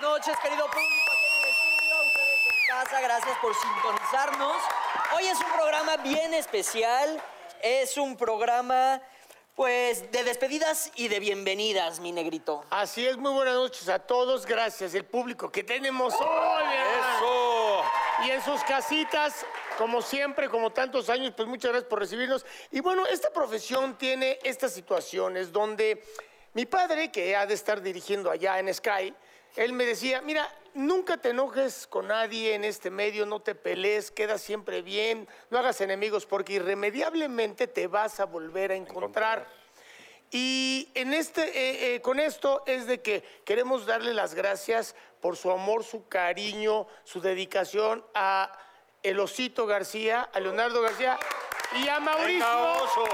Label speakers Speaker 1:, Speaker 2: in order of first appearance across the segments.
Speaker 1: noches, querido público aquí en el estudio, ustedes en casa, gracias por sintonizarnos. Hoy es un programa bien especial, es un programa, pues, de despedidas y de bienvenidas, mi negrito.
Speaker 2: Así es, muy buenas noches a todos. Gracias, el público que tenemos hoy. ¿verdad?
Speaker 3: ¡Eso!
Speaker 2: Y en sus casitas, como siempre, como tantos años, pues muchas gracias por recibirnos. Y bueno, esta profesión tiene estas situaciones donde mi padre, que ha de estar dirigiendo allá en Sky, él me decía, mira, nunca te enojes con nadie en este medio, no te pelees, queda siempre bien, no hagas enemigos, porque irremediablemente te vas a volver a encontrar. Y en este, eh, eh, con esto es de que queremos darle las gracias por su amor, su cariño, su dedicación a el Osito García, a Leonardo García y a
Speaker 3: ¡Venga,
Speaker 2: Mauricio,
Speaker 3: oso!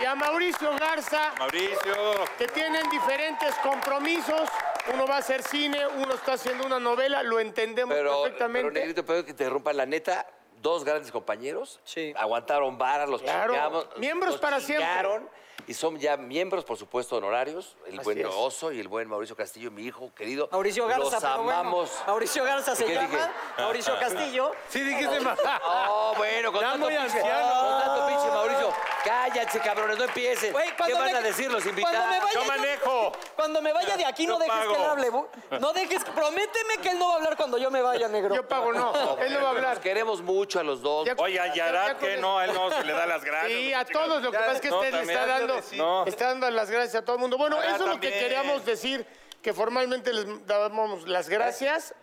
Speaker 2: y a Mauricio Garza,
Speaker 3: Mauricio.
Speaker 2: que tienen diferentes compromisos. Uno va a hacer cine, uno está haciendo una novela, lo entendemos
Speaker 4: Pero,
Speaker 2: perfectamente.
Speaker 4: pero Negrito, pero que te rompa la neta. Dos grandes compañeros.
Speaker 1: Sí.
Speaker 4: Aguantaron varas, los
Speaker 2: Claro.
Speaker 4: chingamos.
Speaker 2: Miembros
Speaker 4: los
Speaker 2: para siempre.
Speaker 4: chingaron, Y son ya miembros, por supuesto, honorarios. El
Speaker 2: Así
Speaker 4: buen
Speaker 2: es.
Speaker 4: Oso y el buen Mauricio Castillo, mi hijo querido.
Speaker 1: Mauricio Garza,
Speaker 4: Los
Speaker 1: pero bueno, Ah,
Speaker 4: amamos.
Speaker 1: Mauricio Garza se
Speaker 4: ¿Qué
Speaker 1: llama,
Speaker 4: dije? Ah,
Speaker 1: Mauricio Castillo.
Speaker 3: Sí, dijiste más.
Speaker 4: Oh, bueno, con
Speaker 3: Ya
Speaker 4: tanto
Speaker 3: muy
Speaker 4: pinche,
Speaker 3: anciano.
Speaker 4: con tanto pinche Mauricio. Cállense, cabrones, no empiecen.
Speaker 1: Güey,
Speaker 4: ¿Qué
Speaker 1: cuando
Speaker 4: van
Speaker 1: me-
Speaker 4: a decir los
Speaker 1: cuando
Speaker 4: invitados?
Speaker 1: me vaya
Speaker 3: Yo manejo.
Speaker 1: Cuando me vaya de aquí, no
Speaker 3: Yo
Speaker 1: dejes que él
Speaker 3: pago.
Speaker 1: hable. bu- No dejes, prométeme que él no va a hablar cuando yo me vaya, negro.
Speaker 2: Yo pago no, él no va a hablar.
Speaker 4: Los queremos mucho a los dos.
Speaker 2: Ya-
Speaker 3: Oye, a
Speaker 2: ya
Speaker 3: Yarat,
Speaker 2: con
Speaker 3: que
Speaker 2: el-
Speaker 3: no, a él no se le da las gracias.
Speaker 2: Sí, a todos. Lo que pasa es que
Speaker 3: no,
Speaker 2: usted le
Speaker 3: también,
Speaker 2: está
Speaker 3: yo
Speaker 2: dando, este-
Speaker 3: decía. No.
Speaker 2: está dando las gracias a todo el mundo. Bueno,
Speaker 3: Ah,
Speaker 2: eso es lo que
Speaker 3: también.
Speaker 2: queríamos decir, que formalmente les dábamos las gracias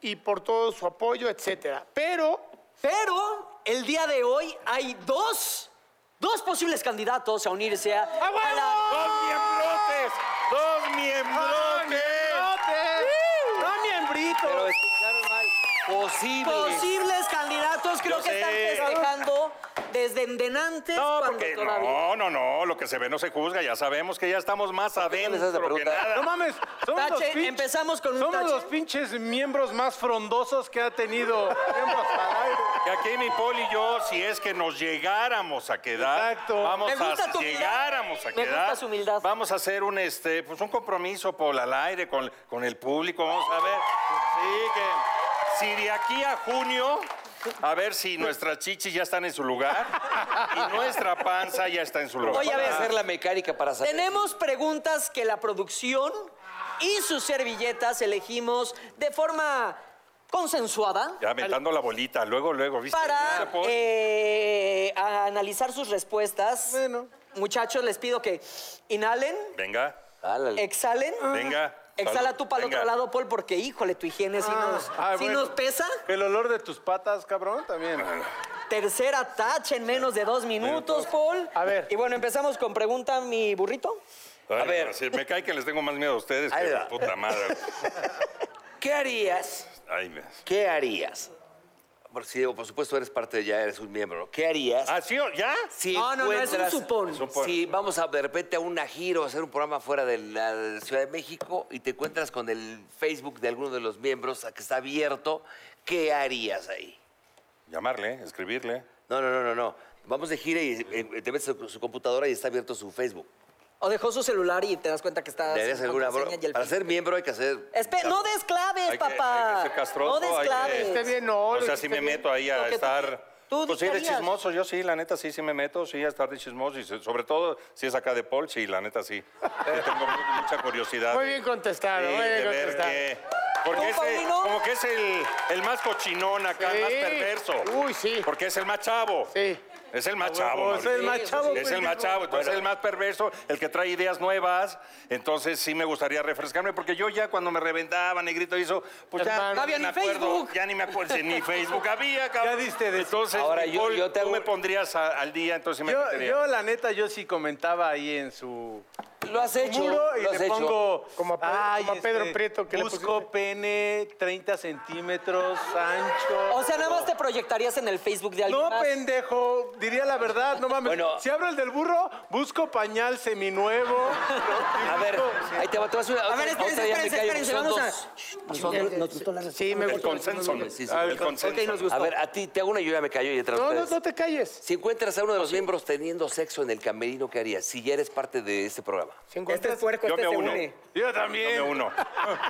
Speaker 2: y por todo su apoyo, etcétera. Pero
Speaker 1: Pero el día de hoy hay dos, dos posibles candidatos a unirse a,
Speaker 2: ¡A huevo!
Speaker 1: a la...
Speaker 3: ¡Dos miembrotes! ¡Dos miembrotes!
Speaker 2: ¡No, miembrito!
Speaker 4: Pero escucharon mal. Posible.
Speaker 1: Posibles candidatos, creo
Speaker 3: Yo
Speaker 1: que
Speaker 3: sé.
Speaker 1: están festejando desde endenantes.
Speaker 3: No,
Speaker 1: cuando
Speaker 3: porque
Speaker 1: todavía-
Speaker 3: no, no, no, lo que se ve no se juzga, ya sabemos que ya estamos más
Speaker 4: qué les haces
Speaker 3: adentro que
Speaker 4: preguntar?
Speaker 3: nada.
Speaker 5: No mames, somos los
Speaker 1: Tache,
Speaker 5: pinches,
Speaker 1: empezamos con un
Speaker 5: somos
Speaker 1: tache.
Speaker 5: los pinches miembros más frondosos que ha tenido miembros al aire.
Speaker 3: Que aquí mi Poli y yo, si es que nos llegáramos a quedar,
Speaker 5: Exacto.
Speaker 3: vamos
Speaker 1: Me gusta
Speaker 3: a
Speaker 1: tu
Speaker 3: si
Speaker 1: humildad.
Speaker 3: llegáramos a
Speaker 1: Me
Speaker 3: quedar,
Speaker 1: gusta su humildad.
Speaker 3: vamos a hacer un este, pues un compromiso por al aire con, con el público, vamos a ver. Sí, que si de aquí a junio a ver si nuestras chichis ya están en su lugar y nuestra panza ya está en su lugar.
Speaker 1: Oye, a ver,
Speaker 4: Voy a hacer la mecánica para saber.
Speaker 1: Tenemos preguntas que la producción y sus servilletas elegimos de forma consensuada
Speaker 3: Ya aventando la bolita, luego, luego, ¿viste?
Speaker 1: para
Speaker 3: ¿Viste, Poli?
Speaker 1: eh, analizar sus respuestas.
Speaker 5: Bueno.
Speaker 1: Muchachos, les pido que inhalen,
Speaker 3: Venga,
Speaker 4: Álale.
Speaker 1: exhalen.
Speaker 3: venga.
Speaker 1: Exhala
Speaker 3: salud,
Speaker 1: tú para el
Speaker 3: venga.
Speaker 1: otro lado, Paul, porque híjole, tu higiene sí nos,
Speaker 5: Ah,
Speaker 1: sí
Speaker 5: bueno.
Speaker 1: nos pesa.
Speaker 5: El olor de tus patas, cabrón, también.
Speaker 1: Tercera tacha en menos de dos minutos, Paul.
Speaker 2: A ver.
Speaker 1: Y bueno, empezamos con pregunta, mi burrito.
Speaker 3: Ay,
Speaker 4: A ver.
Speaker 3: sí, me cae que les tengo más miedo a ustedes
Speaker 4: Ahí
Speaker 3: que a
Speaker 4: va.
Speaker 3: mi puta madre.
Speaker 4: ¿Qué harías?
Speaker 3: Ay, me...
Speaker 4: ¿Qué harías? Por, si, por supuesto, eres parte de ya, eres un miembro. ¿no? ¿Qué harías?
Speaker 3: ¿Ah, sí? ¿Ya?
Speaker 4: si
Speaker 1: No, no, no, es un
Speaker 4: encuentras-
Speaker 1: supón.
Speaker 3: Supón.
Speaker 4: Si vamos a de repente a una gira o a hacer un programa fuera de la Ciudad de México y te encuentras con el Facebook de alguno de los miembros a que está abierto, ¿qué harías ahí?
Speaker 3: Llamarle, escribirle.
Speaker 4: No, no, no, no, no. Vamos de gira y eh, te metes a su, su computadora y está abierto su Facebook.
Speaker 1: O dejó su celular y te das cuenta que está.
Speaker 4: ¿Le
Speaker 1: sin
Speaker 4: harías alguna bro-
Speaker 1: contraseña y el Eh,
Speaker 4: Para
Speaker 1: fin.
Speaker 4: ser miembro hay que hacer...
Speaker 1: Espe- no desclaves,
Speaker 3: Hay que-
Speaker 1: papá.
Speaker 3: hay que ser castroso,
Speaker 1: no
Speaker 3: hay que-
Speaker 1: desclaves.
Speaker 2: Esté bien, no.
Speaker 3: o
Speaker 2: lo
Speaker 3: sea, si me
Speaker 2: hiciste bien.
Speaker 3: meto ahí
Speaker 1: Lo
Speaker 3: a
Speaker 1: que tú-
Speaker 3: estar...
Speaker 1: tú
Speaker 3: pues sí, eres
Speaker 1: dictarías.
Speaker 3: chismoso. Yo sí, la neta, sí, sí me meto. Sí, a estar de chismoso. Y se- sobre todo, si es acá de Paul, sí, la neta, sí. Yo tengo mu- mucha curiosidad.
Speaker 2: Muy bien contestado,
Speaker 3: Sí,
Speaker 2: muy bien
Speaker 3: de ver
Speaker 2: contestado.
Speaker 3: qué... Porque
Speaker 1: ¿Tú,
Speaker 3: ese,
Speaker 1: Paulino?
Speaker 3: como que es el, el más cochinón acá, el más
Speaker 2: Sí.
Speaker 3: perverso.
Speaker 2: Uy, sí.
Speaker 3: Porque es el más chavo.
Speaker 2: Sí.
Speaker 3: Es
Speaker 4: Ah,
Speaker 3: el más chavo.
Speaker 4: pues
Speaker 5: es el
Speaker 3: Mauricio.
Speaker 5: más chavo,
Speaker 3: Es el más
Speaker 5: pendejo.
Speaker 3: chavo, entonces es el más perverso, el que trae ideas nuevas. Entonces sí me gustaría refrescarme, porque yo ya cuando me reventaba, negrito hizo, pues ya
Speaker 2: Hermano. No
Speaker 1: había
Speaker 3: me
Speaker 1: ni
Speaker 3: acuerdo,
Speaker 1: Facebook.
Speaker 3: Ya ni me acuerdo, si ni Facebook había, cabrón.
Speaker 5: Ya diste de-
Speaker 3: Entonces,
Speaker 4: Ahora,
Speaker 3: mi
Speaker 4: yo-
Speaker 3: Paul,
Speaker 4: yo te
Speaker 3: tú
Speaker 4: hago-
Speaker 3: me pondrías a- al día, entonces sí me
Speaker 5: Yo,
Speaker 3: metería.
Speaker 5: yo, la neta, yo sí comentaba ahí en su
Speaker 4: Lo has hecho.
Speaker 5: muro y
Speaker 4: lo has
Speaker 5: le
Speaker 4: hecho.
Speaker 5: pongo... este,
Speaker 2: Como a Pedro- como a Pedro Prieto que le
Speaker 5: Busco
Speaker 2: pusiste.
Speaker 5: pene 30 centímetros, ancho...
Speaker 1: O sea, nada más te proyectarías en el Facebook de alguien
Speaker 5: No,
Speaker 1: más.
Speaker 5: pendejo, diría la verdad, no mames.
Speaker 4: Bueno.
Speaker 5: si abro el del burro, busco pañal seminuevo.
Speaker 4: A ver, ahí te va, te vas a una-
Speaker 1: A ver,
Speaker 4: otra-
Speaker 1: espérense,
Speaker 4: otra ya me
Speaker 1: espérense,
Speaker 4: callo,
Speaker 1: espérense,
Speaker 4: son
Speaker 1: vamos
Speaker 4: dos.
Speaker 1: a. Nos gustó la
Speaker 2: Sí, me
Speaker 3: el
Speaker 2: gustó.
Speaker 3: consenso, Ah,
Speaker 4: Sí, sí, sí.
Speaker 3: el consenso.
Speaker 1: Ok, nos gustó.
Speaker 4: A ver, a ti te hago una lluvia, me cayó y entre
Speaker 2: No, no,
Speaker 4: ustedes.
Speaker 2: no te calles.
Speaker 4: Si encuentras a uno de los miembros teniendo sexo en el camerino, ¿qué harías? Si ya eres parte de este programa.
Speaker 2: ¿Sí
Speaker 1: Este es
Speaker 2: encuentras?
Speaker 1: puerco,
Speaker 3: Yo
Speaker 1: este
Speaker 3: me
Speaker 1: se
Speaker 3: uno.
Speaker 1: une.
Speaker 5: Yo también.
Speaker 3: Dame uno.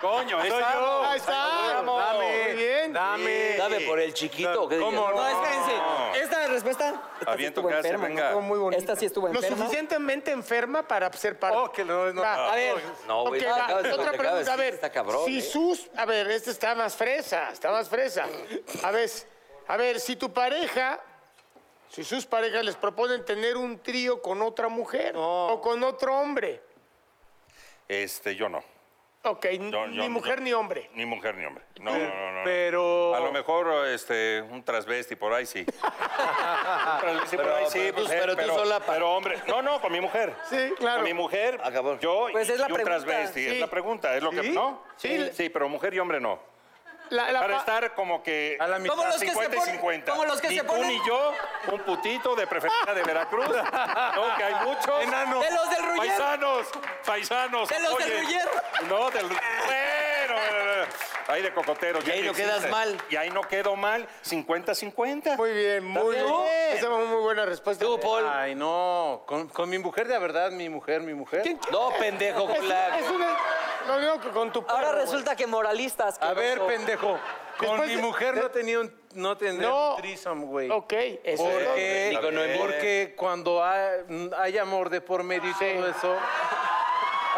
Speaker 3: Coño,
Speaker 5: Soy
Speaker 3: estamos.
Speaker 5: yo.
Speaker 2: Ahí está.
Speaker 3: Vamos.
Speaker 5: Dame,
Speaker 2: Muy bien.
Speaker 5: Dame.
Speaker 4: Dame por el chiquito. ¿o qué
Speaker 5: ¿Cómo
Speaker 4: digas?
Speaker 5: no?
Speaker 1: No, espérense. Esta respuesta. Esta sí
Speaker 3: Aviento
Speaker 1: estuvo
Speaker 3: casi,
Speaker 1: enferma, ¿no?
Speaker 3: venga.
Speaker 2: Estuvo muy bonito.
Speaker 1: Esta sí estuvo
Speaker 2: Lo
Speaker 1: enferma.
Speaker 2: suficientemente enferma para ser parte.
Speaker 5: Oh, que no, no.
Speaker 2: Va.
Speaker 1: A
Speaker 3: Ah,
Speaker 1: ver,
Speaker 4: No, güey.
Speaker 2: Ok,
Speaker 4: te
Speaker 2: va,
Speaker 4: acabas de-
Speaker 2: otra
Speaker 4: te acabas de
Speaker 2: pregunta, a
Speaker 4: decir que
Speaker 2: ver.
Speaker 4: Está cabrón.
Speaker 2: si
Speaker 4: ¿eh?
Speaker 2: sus, a ver, este está más fresa, está más fresa. A ver, a ver, si tu pareja, si sus parejas les proponen tener un trío con otra mujer o con otro hombre.
Speaker 3: Este, yo no.
Speaker 2: Ok, n-
Speaker 3: Yo-
Speaker 2: ni
Speaker 3: yo-
Speaker 2: mujer
Speaker 3: yo-
Speaker 2: ni hombre.
Speaker 3: Ni mujer ni hombre. No, no, no, no.
Speaker 5: pero-
Speaker 3: A lo mejor este, un transvesti por ahí sí. un transvesti por
Speaker 4: Pero-
Speaker 3: ahí sí.
Speaker 4: pero
Speaker 3: pues,
Speaker 4: tú-
Speaker 3: eh,
Speaker 4: pero tú sola pa-
Speaker 3: Pero hombre. No, no, con mi mujer.
Speaker 2: Sí, claro.
Speaker 3: Con mi mujer,
Speaker 4: Ah, cabrón.
Speaker 3: yo
Speaker 1: Pues
Speaker 3: y-
Speaker 1: es la
Speaker 3: y un
Speaker 1: pregunta.
Speaker 3: transvesti.
Speaker 2: Sí.
Speaker 3: Es la pregunta, es lo que...
Speaker 2: Sí.
Speaker 3: ¿No?
Speaker 2: Sí.
Speaker 3: Sí, pero mujer y hombre no.
Speaker 2: La- la
Speaker 3: Para
Speaker 2: pa-
Speaker 3: estar como que...
Speaker 5: A la mitad.
Speaker 1: Como los que se
Speaker 3: 50 y
Speaker 1: ponen-
Speaker 3: 50.
Speaker 1: como los que
Speaker 3: ni
Speaker 1: se
Speaker 3: tú
Speaker 1: ponen-
Speaker 3: ni yo, un putito de preferencia de Veracruz. no, que hay muchos.
Speaker 5: Enano.
Speaker 1: De los del Ruller.
Speaker 3: Paisanos, paisanos.
Speaker 1: De los del
Speaker 3: oye.
Speaker 1: Ruller.
Speaker 3: No, del Ruller. Bueno, ahí de cocoteros. ya
Speaker 4: ahí no
Speaker 3: existe.
Speaker 4: quedas mal.
Speaker 3: Y ahí no quedo mal. 50-50.
Speaker 2: Muy bien, muy bien.
Speaker 3: bien.
Speaker 2: Esa fue muy buena respuesta.
Speaker 4: Tú, Paul.
Speaker 5: Ay, no. Con, con mi mujer de verdad, mi mujer, mi mujer.
Speaker 2: ¿Quién-
Speaker 4: No, pendejo,
Speaker 2: Es,
Speaker 4: Black.
Speaker 2: es una- Lo digo que con tu
Speaker 1: Ahora
Speaker 2: perro, güey.
Speaker 1: resulta que moralistas.
Speaker 5: A ver,
Speaker 1: asqueroso.
Speaker 5: pendejo. Con
Speaker 2: Después
Speaker 5: mi
Speaker 2: de-
Speaker 5: mujer no tenía un, no tendría
Speaker 2: No.
Speaker 5: un threesome, güey.
Speaker 2: Ok, eso es todo.
Speaker 5: Porque,
Speaker 4: Ni con Noemí.
Speaker 5: porque cuando hay, hay amor de por medio y todo eso.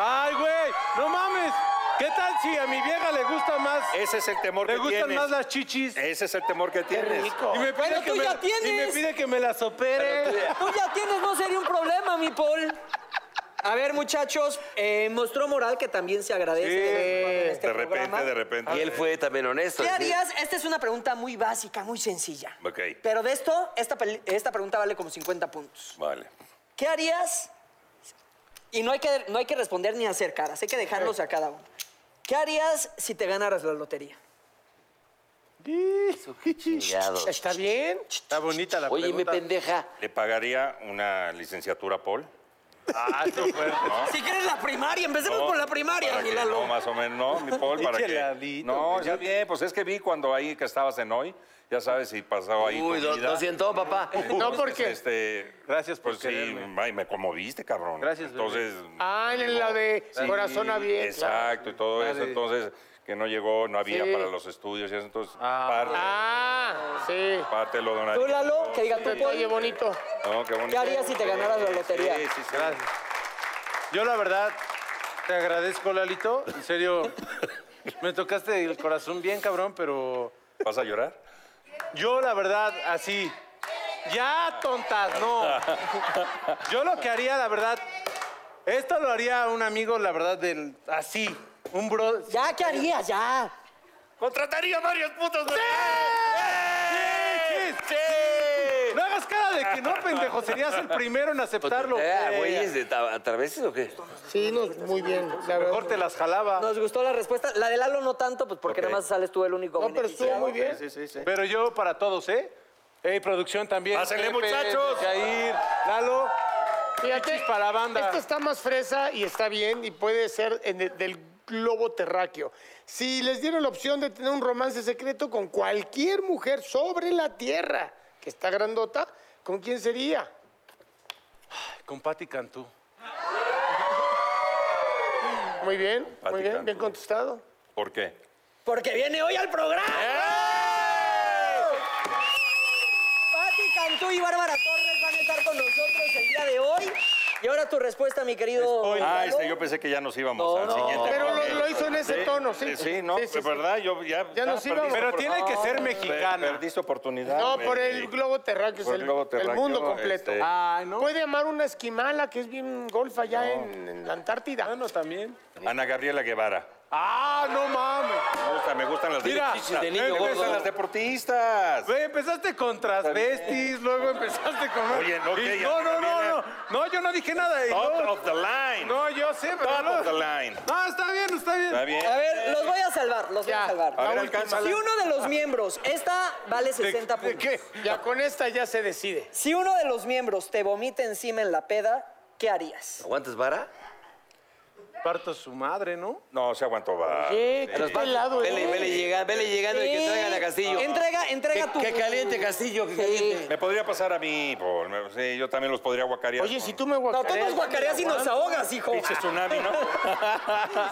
Speaker 5: ¡Ay, güey! ¡No mames! ¿Qué tal si a mi vieja le gusta más?
Speaker 3: Ese es el temor
Speaker 5: Le
Speaker 3: que
Speaker 5: gustan
Speaker 3: tienes. Eh,
Speaker 5: más las chichis.
Speaker 3: Ese es el temor que tienes.
Speaker 2: rico.
Speaker 5: Y me pide
Speaker 1: Pero
Speaker 5: que
Speaker 1: tú
Speaker 5: me,
Speaker 1: ya
Speaker 5: y me
Speaker 1: tienes.
Speaker 5: pide que me las opere.
Speaker 1: Tú ya tienes, no sería un problema, mi Paul. A ver, muchachos, eh, mostró moral que también se agradece. de vez en cuando en este
Speaker 3: De repente,
Speaker 1: programa.
Speaker 3: de repente.
Speaker 4: Y él fue también honesto.
Speaker 1: ¿Qué
Speaker 4: es decir,
Speaker 1: harías? Esta es una pregunta muy básica, muy sencilla.
Speaker 3: Ok.
Speaker 1: Pero de esto, esta, peli- esta pregunta vale como 50 puntos.
Speaker 3: Vale.
Speaker 1: ¿Qué harías? Y no hay que, no hay que responder ni hacer caras, hay que dejarlos a cada uno. ¿Qué harías si te ganaras la lotería?
Speaker 4: chingado.
Speaker 2: ¿Está bien?
Speaker 5: Está bonita la
Speaker 4: Oye, me
Speaker 5: pregunta.
Speaker 4: pendeja.
Speaker 3: ¿Le pagaría una licenciatura a Paul?
Speaker 5: Ah, eso fue.
Speaker 1: Si quieres la primaria, empecemos
Speaker 3: No,
Speaker 1: por la primaria,
Speaker 3: para
Speaker 1: mi
Speaker 3: que-
Speaker 1: Lalo.
Speaker 3: No, más o menos, no, mi Paul, para
Speaker 5: Échale
Speaker 3: que...
Speaker 5: alito,
Speaker 3: No,
Speaker 5: güey.
Speaker 3: ya bien, pues es que vi cuando ahí que estabas en hoy, ya sabes si pasaba ahí Eh,
Speaker 4: Uy,
Speaker 3: tu
Speaker 4: lo,
Speaker 3: vida.
Speaker 4: lo siento, papá.
Speaker 2: No, porque...
Speaker 3: Este,
Speaker 5: Gracias por
Speaker 3: pues sí,
Speaker 5: quererme.
Speaker 3: ay, me conmoviste, cabrón.
Speaker 5: Gracias, bebé.
Speaker 3: Entonces...
Speaker 2: Ah, en la de
Speaker 3: sí,
Speaker 2: corazón abierto.
Speaker 3: Exacto, y todo
Speaker 5: La
Speaker 3: eso,
Speaker 5: de-
Speaker 3: entonces, que no llegó, no había
Speaker 2: Sí.
Speaker 3: para los estudios, y eso, entonces,
Speaker 2: Ah, sí.
Speaker 3: parte, parte lo donaría.
Speaker 1: Tú, Lalo, que diga tú,
Speaker 2: Detalle
Speaker 1: Paul.
Speaker 2: bonito.
Speaker 3: No, qué bonito.
Speaker 1: ¿Qué harías si te ganaras la
Speaker 3: Sí,
Speaker 1: lotería?
Speaker 3: Sí, sí, sí.
Speaker 5: Gracias. Yo la verdad te agradezco, Lalito. En serio, me tocaste el corazón bien, cabrón, pero
Speaker 3: ¿Vas a llorar?
Speaker 5: yo la verdad así. Ya, tontas, no. Yo lo que haría, la verdad, esto lo haría un amigo, la verdad, del así, un bro.
Speaker 1: Ya, ¿qué harías? Ya.
Speaker 3: ¡Contrataría varios putos! ¡Sí!
Speaker 5: ¡Sí!
Speaker 3: ¡Sí!
Speaker 5: No hagas cara de que no, pendejo, serías el primero en aceptarlo.
Speaker 4: Ah, güey, ¿es de ta- a través o qué?
Speaker 2: Sí, no, muy bien. La verdad.
Speaker 5: Mejor te las jalaba.
Speaker 1: Nos gustó la respuesta. La de Lalo no tanto, pues porque nada más sales tú el único.
Speaker 2: No, pero estuvo
Speaker 1: beneficiado.
Speaker 2: muy bien.
Speaker 5: Pero yo para todos, ¿eh? Hey, producción también.
Speaker 3: Pásenle,
Speaker 5: Pepe,
Speaker 3: muchachos.
Speaker 5: Jair, Lalo.
Speaker 2: Fíjate,
Speaker 5: Chichis para la banda.
Speaker 2: Esta está más fresa y está bien y puede ser en el- del globo terráqueo. Si les dieron la opción de tener un romance secreto con cualquier mujer sobre la Tierra, que está grandota, ¿con quién sería?
Speaker 5: Con Patti Cantú.
Speaker 2: Muy bien, muy
Speaker 3: Pati
Speaker 2: bien,
Speaker 3: Cantú.
Speaker 2: bien contestado.
Speaker 3: ¿Por qué?
Speaker 1: Porque viene hoy al programa. ¡Eh! Pati Cantú y Bárbara Torres van a estar con nosotros el día de hoy. Y ahora tu respuesta, mi querido.
Speaker 3: Ah,
Speaker 1: Lalo.
Speaker 3: este, yo pensé que ya nos íbamos
Speaker 1: No,
Speaker 3: al
Speaker 1: no.
Speaker 3: siguiente.
Speaker 2: Pero lo,
Speaker 3: bloque.
Speaker 2: lo hizo en ese tono, sí.
Speaker 3: Sí, sí, no,
Speaker 2: Sí, sí,
Speaker 3: de
Speaker 2: sí.
Speaker 3: verdad, yo ya...
Speaker 2: Ya nos íbamos.
Speaker 3: perdiste
Speaker 5: Pero tiene que ser
Speaker 3: oportunidad.
Speaker 5: mexicana.
Speaker 3: Perdiste oportunidad.
Speaker 2: No,
Speaker 3: güey.
Speaker 2: por el globo terráqueo, es
Speaker 3: Por el
Speaker 2: el,
Speaker 3: globo
Speaker 2: el
Speaker 3: terráqueo,
Speaker 2: mundo completo.
Speaker 3: este-
Speaker 5: Ay, Ah, no.
Speaker 2: Puede amar una esquimala que es bien golfa allá en, en la Antártida.
Speaker 5: Bueno, también.
Speaker 3: Ana Gabriela Guevara.
Speaker 5: Ah, no mames.
Speaker 3: Me gusta, me gustan las
Speaker 5: Mira,
Speaker 3: deportistas.
Speaker 4: de niño
Speaker 3: me
Speaker 4: gordo.
Speaker 3: gustan las deportistas.
Speaker 5: Güey, empezaste con transvestis, luego empezaste con...
Speaker 3: Oye, no, que
Speaker 5: Y-
Speaker 3: ya ¿eh?
Speaker 5: no, no, no,
Speaker 3: viene-
Speaker 5: no. No, yo no dije nada. y
Speaker 3: Top
Speaker 5: no,
Speaker 3: of the line.
Speaker 5: no, yo sé, pero...
Speaker 3: Top
Speaker 5: no.
Speaker 3: of the line.
Speaker 5: No, está bien, está bien.
Speaker 3: Está bien.
Speaker 1: A ver, los voy a salvar, los voy
Speaker 2: Ya.
Speaker 1: a salvar.
Speaker 3: A ver,
Speaker 2: la última.
Speaker 3: alcánzala.
Speaker 1: Si uno de los miembros, esta vale
Speaker 5: ¿De-
Speaker 1: 60
Speaker 5: de
Speaker 1: puntos.
Speaker 5: qué?
Speaker 2: Ya con esta ya se decide.
Speaker 1: Si uno de los miembros te vomita encima en la peda, ¿qué harías?
Speaker 4: ¿Aguantas vara?
Speaker 5: parto su madre, ¿no?
Speaker 3: No, se aguantó, va.
Speaker 2: ¿Qué? Eh, ¿Qué pelado
Speaker 6: Vele,
Speaker 2: eres?
Speaker 6: vele, llega- vele llegando y que traigan a Castillo.
Speaker 1: Entrega, entrega
Speaker 6: que,
Speaker 1: tu.
Speaker 6: que caliente Castillo, que caliente.
Speaker 3: Me podría pasar a mí, Paul. Me- Sí, yo también los podría guacarear.
Speaker 2: Oye,
Speaker 3: con-
Speaker 2: si tú me
Speaker 1: No, tú
Speaker 2: guacareas...
Speaker 1: nos guacareas y nos ahogas, hijo.
Speaker 3: Pinche tsunami, ¿no?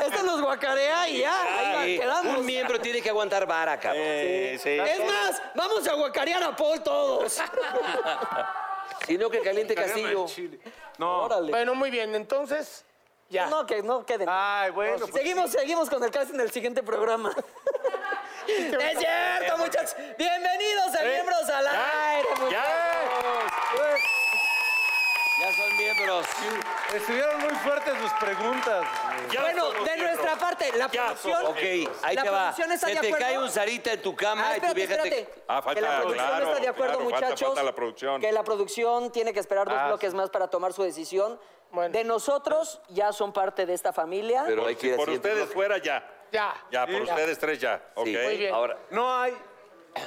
Speaker 1: Este nos guacarea y ya, ahí
Speaker 6: Ay,
Speaker 1: va, quedamos.
Speaker 6: un miembro tiene que aguantar vara, cabrón.
Speaker 3: Eh, sí.
Speaker 1: Es más, vamos a guacarear a Paul todos.
Speaker 6: Si no, que caliente Castillo.
Speaker 5: No.
Speaker 1: Órale.
Speaker 2: Bueno, muy bien, entonces... Ya.
Speaker 1: No, que no queden.
Speaker 6: Ah,
Speaker 5: Ay, bueno. pues-
Speaker 1: Seguimos, seguimos con el casting del siguiente programa. es cierto, muchachos. Bienvenidos
Speaker 6: Eh,
Speaker 1: a Miembros al Aire, muchachos.
Speaker 6: Ya son miembros.
Speaker 5: Estuvieron muy fuertes sus preguntas.
Speaker 3: Ya
Speaker 1: Bueno,
Speaker 3: somos
Speaker 1: de
Speaker 3: miembros.
Speaker 1: nuestra parte, la
Speaker 3: Ya
Speaker 1: producción.
Speaker 3: somos
Speaker 6: Ok, ahí
Speaker 1: ¿La
Speaker 6: te va.
Speaker 1: producción está
Speaker 6: Se
Speaker 1: de
Speaker 6: te
Speaker 1: acuerdo?
Speaker 6: cae un zarita en tu cama
Speaker 1: Ah,
Speaker 6: y tu
Speaker 1: espérate,
Speaker 6: vieja
Speaker 1: espérate.
Speaker 6: te...
Speaker 3: Ah, falta,
Speaker 1: que la producción
Speaker 3: claro,
Speaker 1: está de acuerdo,
Speaker 3: claro, falta-
Speaker 1: muchachos.
Speaker 3: falta la producción.
Speaker 1: Que la producción tiene que esperar dos
Speaker 5: Ah,
Speaker 1: bloques más para tomar su decisión.
Speaker 2: Bueno.
Speaker 1: De nosotros ya son parte de esta familia.
Speaker 4: Pero hay
Speaker 3: Por,
Speaker 4: que ir al
Speaker 3: por
Speaker 4: siguiente
Speaker 3: ustedes
Speaker 4: bloque.
Speaker 3: fuera ya.
Speaker 2: Ya.
Speaker 3: Ya, por ustedes tres ya. Ok.
Speaker 4: Sí.
Speaker 2: Muy bien.
Speaker 4: Ahora,
Speaker 5: No hay.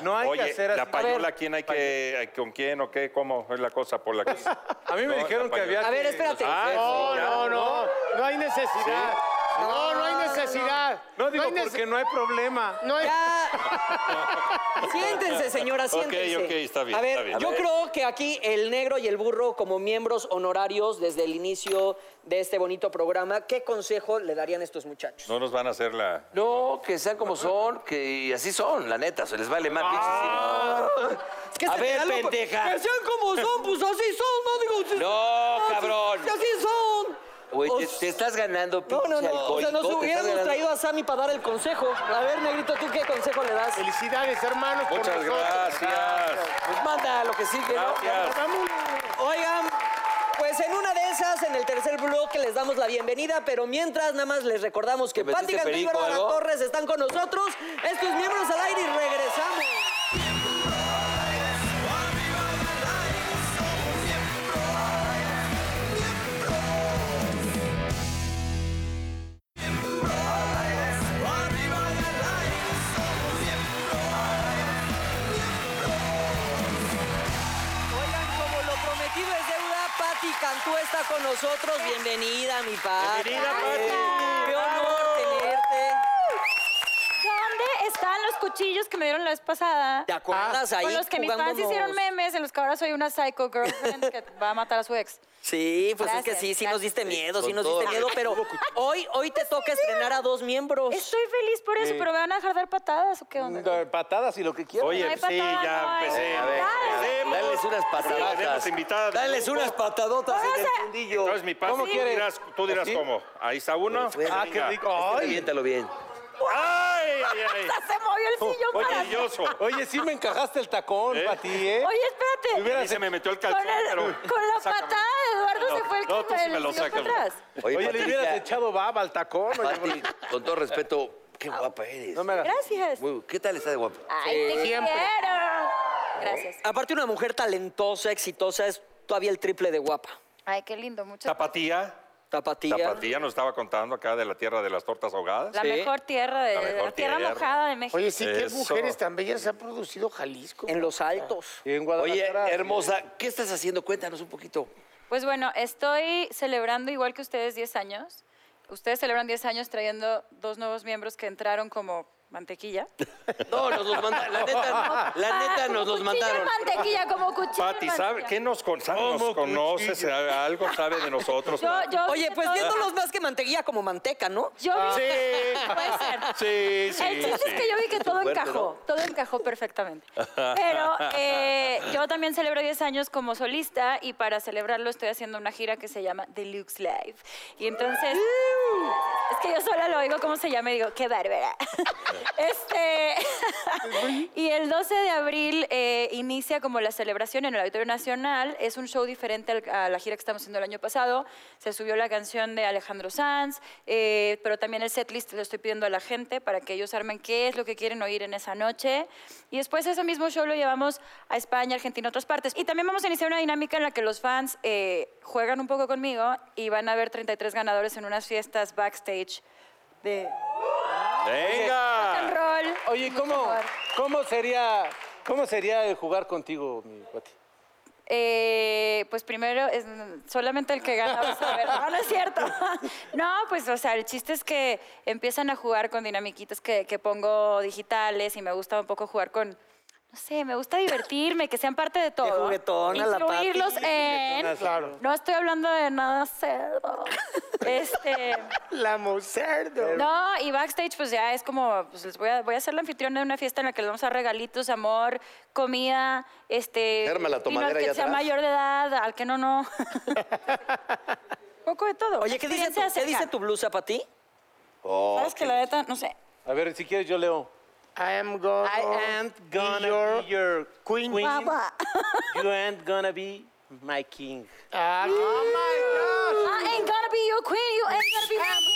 Speaker 5: No hay que
Speaker 3: Oye,
Speaker 5: hacer así.
Speaker 3: la payola, ¿quién hay que, con quién o qué? ¿Cómo es la cosa por la que...
Speaker 5: A mí me
Speaker 3: No,
Speaker 5: dijeron
Speaker 3: la
Speaker 5: que había.
Speaker 1: a ver,
Speaker 5: que-
Speaker 1: espérate.
Speaker 3: Ah,
Speaker 2: No,
Speaker 3: sí, ya.
Speaker 2: no, no, no hay necesidad. No, no hay necesidad.
Speaker 5: No digo
Speaker 2: hay nece-
Speaker 5: porque no hay problema.
Speaker 2: No hay...
Speaker 1: Ya. siéntense, señora, siéntense.
Speaker 3: ok, está bien,
Speaker 1: A ver,
Speaker 3: está bien.
Speaker 1: yo creo que aquí el negro y el burro, como miembros honorarios desde el inicio de este bonito programa, ¿qué consejo le darían a estos muchachos?
Speaker 3: No nos van a hacer la...
Speaker 4: no, que sean como son, que así son, la neta, se les vale más.
Speaker 1: Es que
Speaker 6: A
Speaker 1: se te
Speaker 6: ver,
Speaker 1: da lo-
Speaker 6: pendeja.
Speaker 1: Que sean como son, pues así son, no digo. si-
Speaker 6: No,
Speaker 1: si-
Speaker 6: cabrón.
Speaker 1: si así son.
Speaker 4: Güey, te,
Speaker 1: Os-
Speaker 4: te estás ganando,
Speaker 1: No,
Speaker 4: pinche
Speaker 1: no, no. O sea, nos
Speaker 4: alcohólico, te estás
Speaker 1: hubiéramos
Speaker 4: ganando-
Speaker 1: traído a Sammy para dar el consejo. A ver, negrito, ¿tú qué consejo le das?
Speaker 2: Felicidades, hermanos. por
Speaker 3: Muchas
Speaker 2: nosotros.
Speaker 3: gracias.
Speaker 1: Pues manda lo que sigue, ¿no?
Speaker 3: Gracias.
Speaker 1: Oigan, pues en una de esas, en el tercer bloque, les damos la bienvenida, pero mientras nada más les recordamos que
Speaker 4: ¿Te metiste
Speaker 1: Pati Cantú y
Speaker 4: perico o
Speaker 1: Bárbara
Speaker 4: algo?
Speaker 1: Torres están con nosotros. Estos miembros al aire y regresamos. Oigan, como lo prometido es deuda, Pati Cantú está con nosotros. Bienvenida, mi Pati.
Speaker 3: Bienvenida, Pati.
Speaker 1: Qué honor tenerte.
Speaker 7: ¿Dónde están los cuchillos que me dieron la vez pasada?
Speaker 1: ¿Te acuerdas ahí?
Speaker 7: Ah. Con los que mis fans
Speaker 1: jugábamos?
Speaker 7: hicieron memes, en los que ahora soy una psycho girlfriend que va a matar a su ex.
Speaker 1: Sí, pues es que
Speaker 7: Gracias,
Speaker 1: sí, sí
Speaker 7: gracias.
Speaker 1: nos diste miedo, sí
Speaker 4: con
Speaker 1: nos
Speaker 4: todo
Speaker 1: diste miedo, pero hoy, hoy te toca estrenar a dos miembros.
Speaker 7: Estoy feliz por eso, pero ¿me van a dejar dar patadas o qué onda?
Speaker 5: Mm, eh, Patadas y lo que quieras.
Speaker 3: Oye,
Speaker 7: No hay
Speaker 3: sí,
Speaker 7: patada, no
Speaker 3: ya
Speaker 7: hay.
Speaker 3: empecé.
Speaker 7: A ver,
Speaker 3: Empecemos.
Speaker 4: Dales unas
Speaker 3: pues, Tenemos
Speaker 4: patadas.
Speaker 3: invitadas.
Speaker 6: Dales unas patadotas en el fundillo.
Speaker 3: Entonces, mi paz,
Speaker 5: ¿Cómo
Speaker 3: tú
Speaker 5: quieres?
Speaker 3: dirás, tú dirás
Speaker 5: ¿Así?
Speaker 3: cómo. Ahí está uno.
Speaker 5: Ah, qué
Speaker 3: Venga. Este
Speaker 5: rico. Ay.
Speaker 4: Este, Aviéntalo bien.
Speaker 3: ¡Ay, ay, ay!
Speaker 7: Hasta se movió el sillón para...
Speaker 3: Oye, yoso.
Speaker 5: Oye, sí me encajaste el tacón,
Speaker 3: ¿Eh?
Speaker 5: Pati, ¿eh?
Speaker 7: Oye,
Speaker 5: Me
Speaker 7: espérate.
Speaker 5: hubiera-
Speaker 3: A mí se me metió el
Speaker 7: Con,
Speaker 3: calzón,
Speaker 7: el-
Speaker 3: pero...
Speaker 7: con la
Speaker 3: Sácame.
Speaker 7: patada de Eduardo se fue el
Speaker 3: No, tú sí
Speaker 7: el
Speaker 3: me lo
Speaker 7: sillón para
Speaker 3: sacas.
Speaker 7: atrás.
Speaker 4: Oye,
Speaker 5: Oye, le hubieras
Speaker 4: Patricia,
Speaker 5: echado baba al tacón. oye,
Speaker 4: Pati, con todo respeto, qué guapa eres.
Speaker 5: no me hagas.
Speaker 7: Gracias.
Speaker 4: Muy- ¿Qué tal está de guapa?
Speaker 7: Ay, te quiero. Gracias.
Speaker 1: Aparte, una mujer talentosa, exitosa, es todavía el triple de guapa.
Speaker 7: Ay, qué lindo. Muchas
Speaker 3: Tapatía.
Speaker 1: Tapatía.
Speaker 3: Tapatía nos estaba contando acá de la tierra de las tortas ahogadas.
Speaker 7: La
Speaker 1: Sí.
Speaker 7: mejor tierra de
Speaker 3: La
Speaker 7: la,
Speaker 3: mejor
Speaker 7: tierra,
Speaker 3: tierra.
Speaker 7: mojada de México.
Speaker 2: Oye, sí, qué
Speaker 3: Eso.
Speaker 2: mujeres tan bellas ha producido Jalisco.
Speaker 1: En los altos.
Speaker 5: Y en
Speaker 4: Oye,
Speaker 5: Guadalajara.
Speaker 4: hermosa, ¿qué estás haciendo? Cuéntanos un poquito.
Speaker 7: Pues bueno, estoy celebrando igual que ustedes 10 años. Ustedes celebran 10 años trayendo dos nuevos miembros que entraron como mantequilla. Ah,
Speaker 4: No, nos los mandaron. La neta, la neta nos los mandaron.
Speaker 7: Como mantequilla, como cuchillo en
Speaker 3: Pati, ¿sabe?
Speaker 7: mantequilla.
Speaker 3: ¿qué nos, con- sabe- nos
Speaker 5: ¿Cómo
Speaker 3: conoces?
Speaker 5: cuchillo?
Speaker 3: ¿Sabe ¿Algo sabe de nosotros?
Speaker 7: Yo, yo
Speaker 1: Oye,
Speaker 7: vi
Speaker 1: pues
Speaker 7: todo-
Speaker 1: viéndolos más que mantequilla como manteca, ¿no?
Speaker 7: Yo vi... Puede ser.
Speaker 3: Sí, sí,
Speaker 7: El chiste
Speaker 3: sí.
Speaker 7: es que yo vi que todo
Speaker 4: fuerte,
Speaker 7: encajó, todo encajó perfectamente. Pero eh, yo también celebro 10 años como solista y para celebrarlo estoy haciendo una gira que se llama Deluxe Live. Y entonces, es que yo sola lo oigo cómo se llama y digo, qué bárbara. este, y el 12 de abril eh, inicia como la celebración en el Auditorio Nacional. Es un show diferente al- a la gira que estamos haciendo el año pasado. Se subió la canción de Alejandro Sanz, eh, pero también el setlist lo estoy pidiendo a la gente para que ellos armen qué es lo que quieren oír en esa noche. Y después ese mismo show lo llevamos a España, Argentina, a otras partes. Y también vamos a iniciar una dinámica en la que los fans eh, juegan un poco conmigo y van a ver 33 ganadores en unas fiestas backstage de rock and
Speaker 3: ¡Venga!
Speaker 7: roll.
Speaker 5: Oye,
Speaker 7: Mucho
Speaker 5: ¿cómo,
Speaker 7: amor.
Speaker 5: ¿cómo sería cómo sería el jugar contigo, mi Pati?
Speaker 7: eh, pues primero, es, solamente el que gana va a saber. No, no es cierto. No, pues, o sea, el chiste es que empiezan a jugar con dinamiquitas que, que pongo digitales y me gusta un poco jugar con. No sé, me gusta divertirme, que sean parte de todo.
Speaker 1: juguetona la Pati.
Speaker 7: Incluirlos en.
Speaker 2: Claro.
Speaker 7: No estoy hablando de nada cerdo. Este.
Speaker 2: La Mozardo.
Speaker 7: No, y backstage, pues ya es como, pues les voy a, voy a ser la anfitriona de una fiesta en la que les vamos a dar regalitos, amor, comida, este.
Speaker 8: Arma la
Speaker 7: vino al
Speaker 8: tomadera
Speaker 7: que
Speaker 8: allá
Speaker 7: sea
Speaker 8: atrás.
Speaker 7: mayor de edad, al que no, no. poco de todo.
Speaker 1: Oye, ¿qué dice, tu,
Speaker 7: Experiencia
Speaker 1: ¿qué dice
Speaker 7: cercana.
Speaker 1: tu blusa, Pati?
Speaker 7: ¿Sabes que la neta? No sé.
Speaker 5: A ver, si quieres yo leo.
Speaker 2: I am gonna. be your-
Speaker 5: your
Speaker 2: queen.
Speaker 7: Guapa.
Speaker 5: You ain't gonna be my king.
Speaker 2: Ah, oh my God.
Speaker 7: I ain't gonna Ah, be your queen, you ain't gonna be my queen.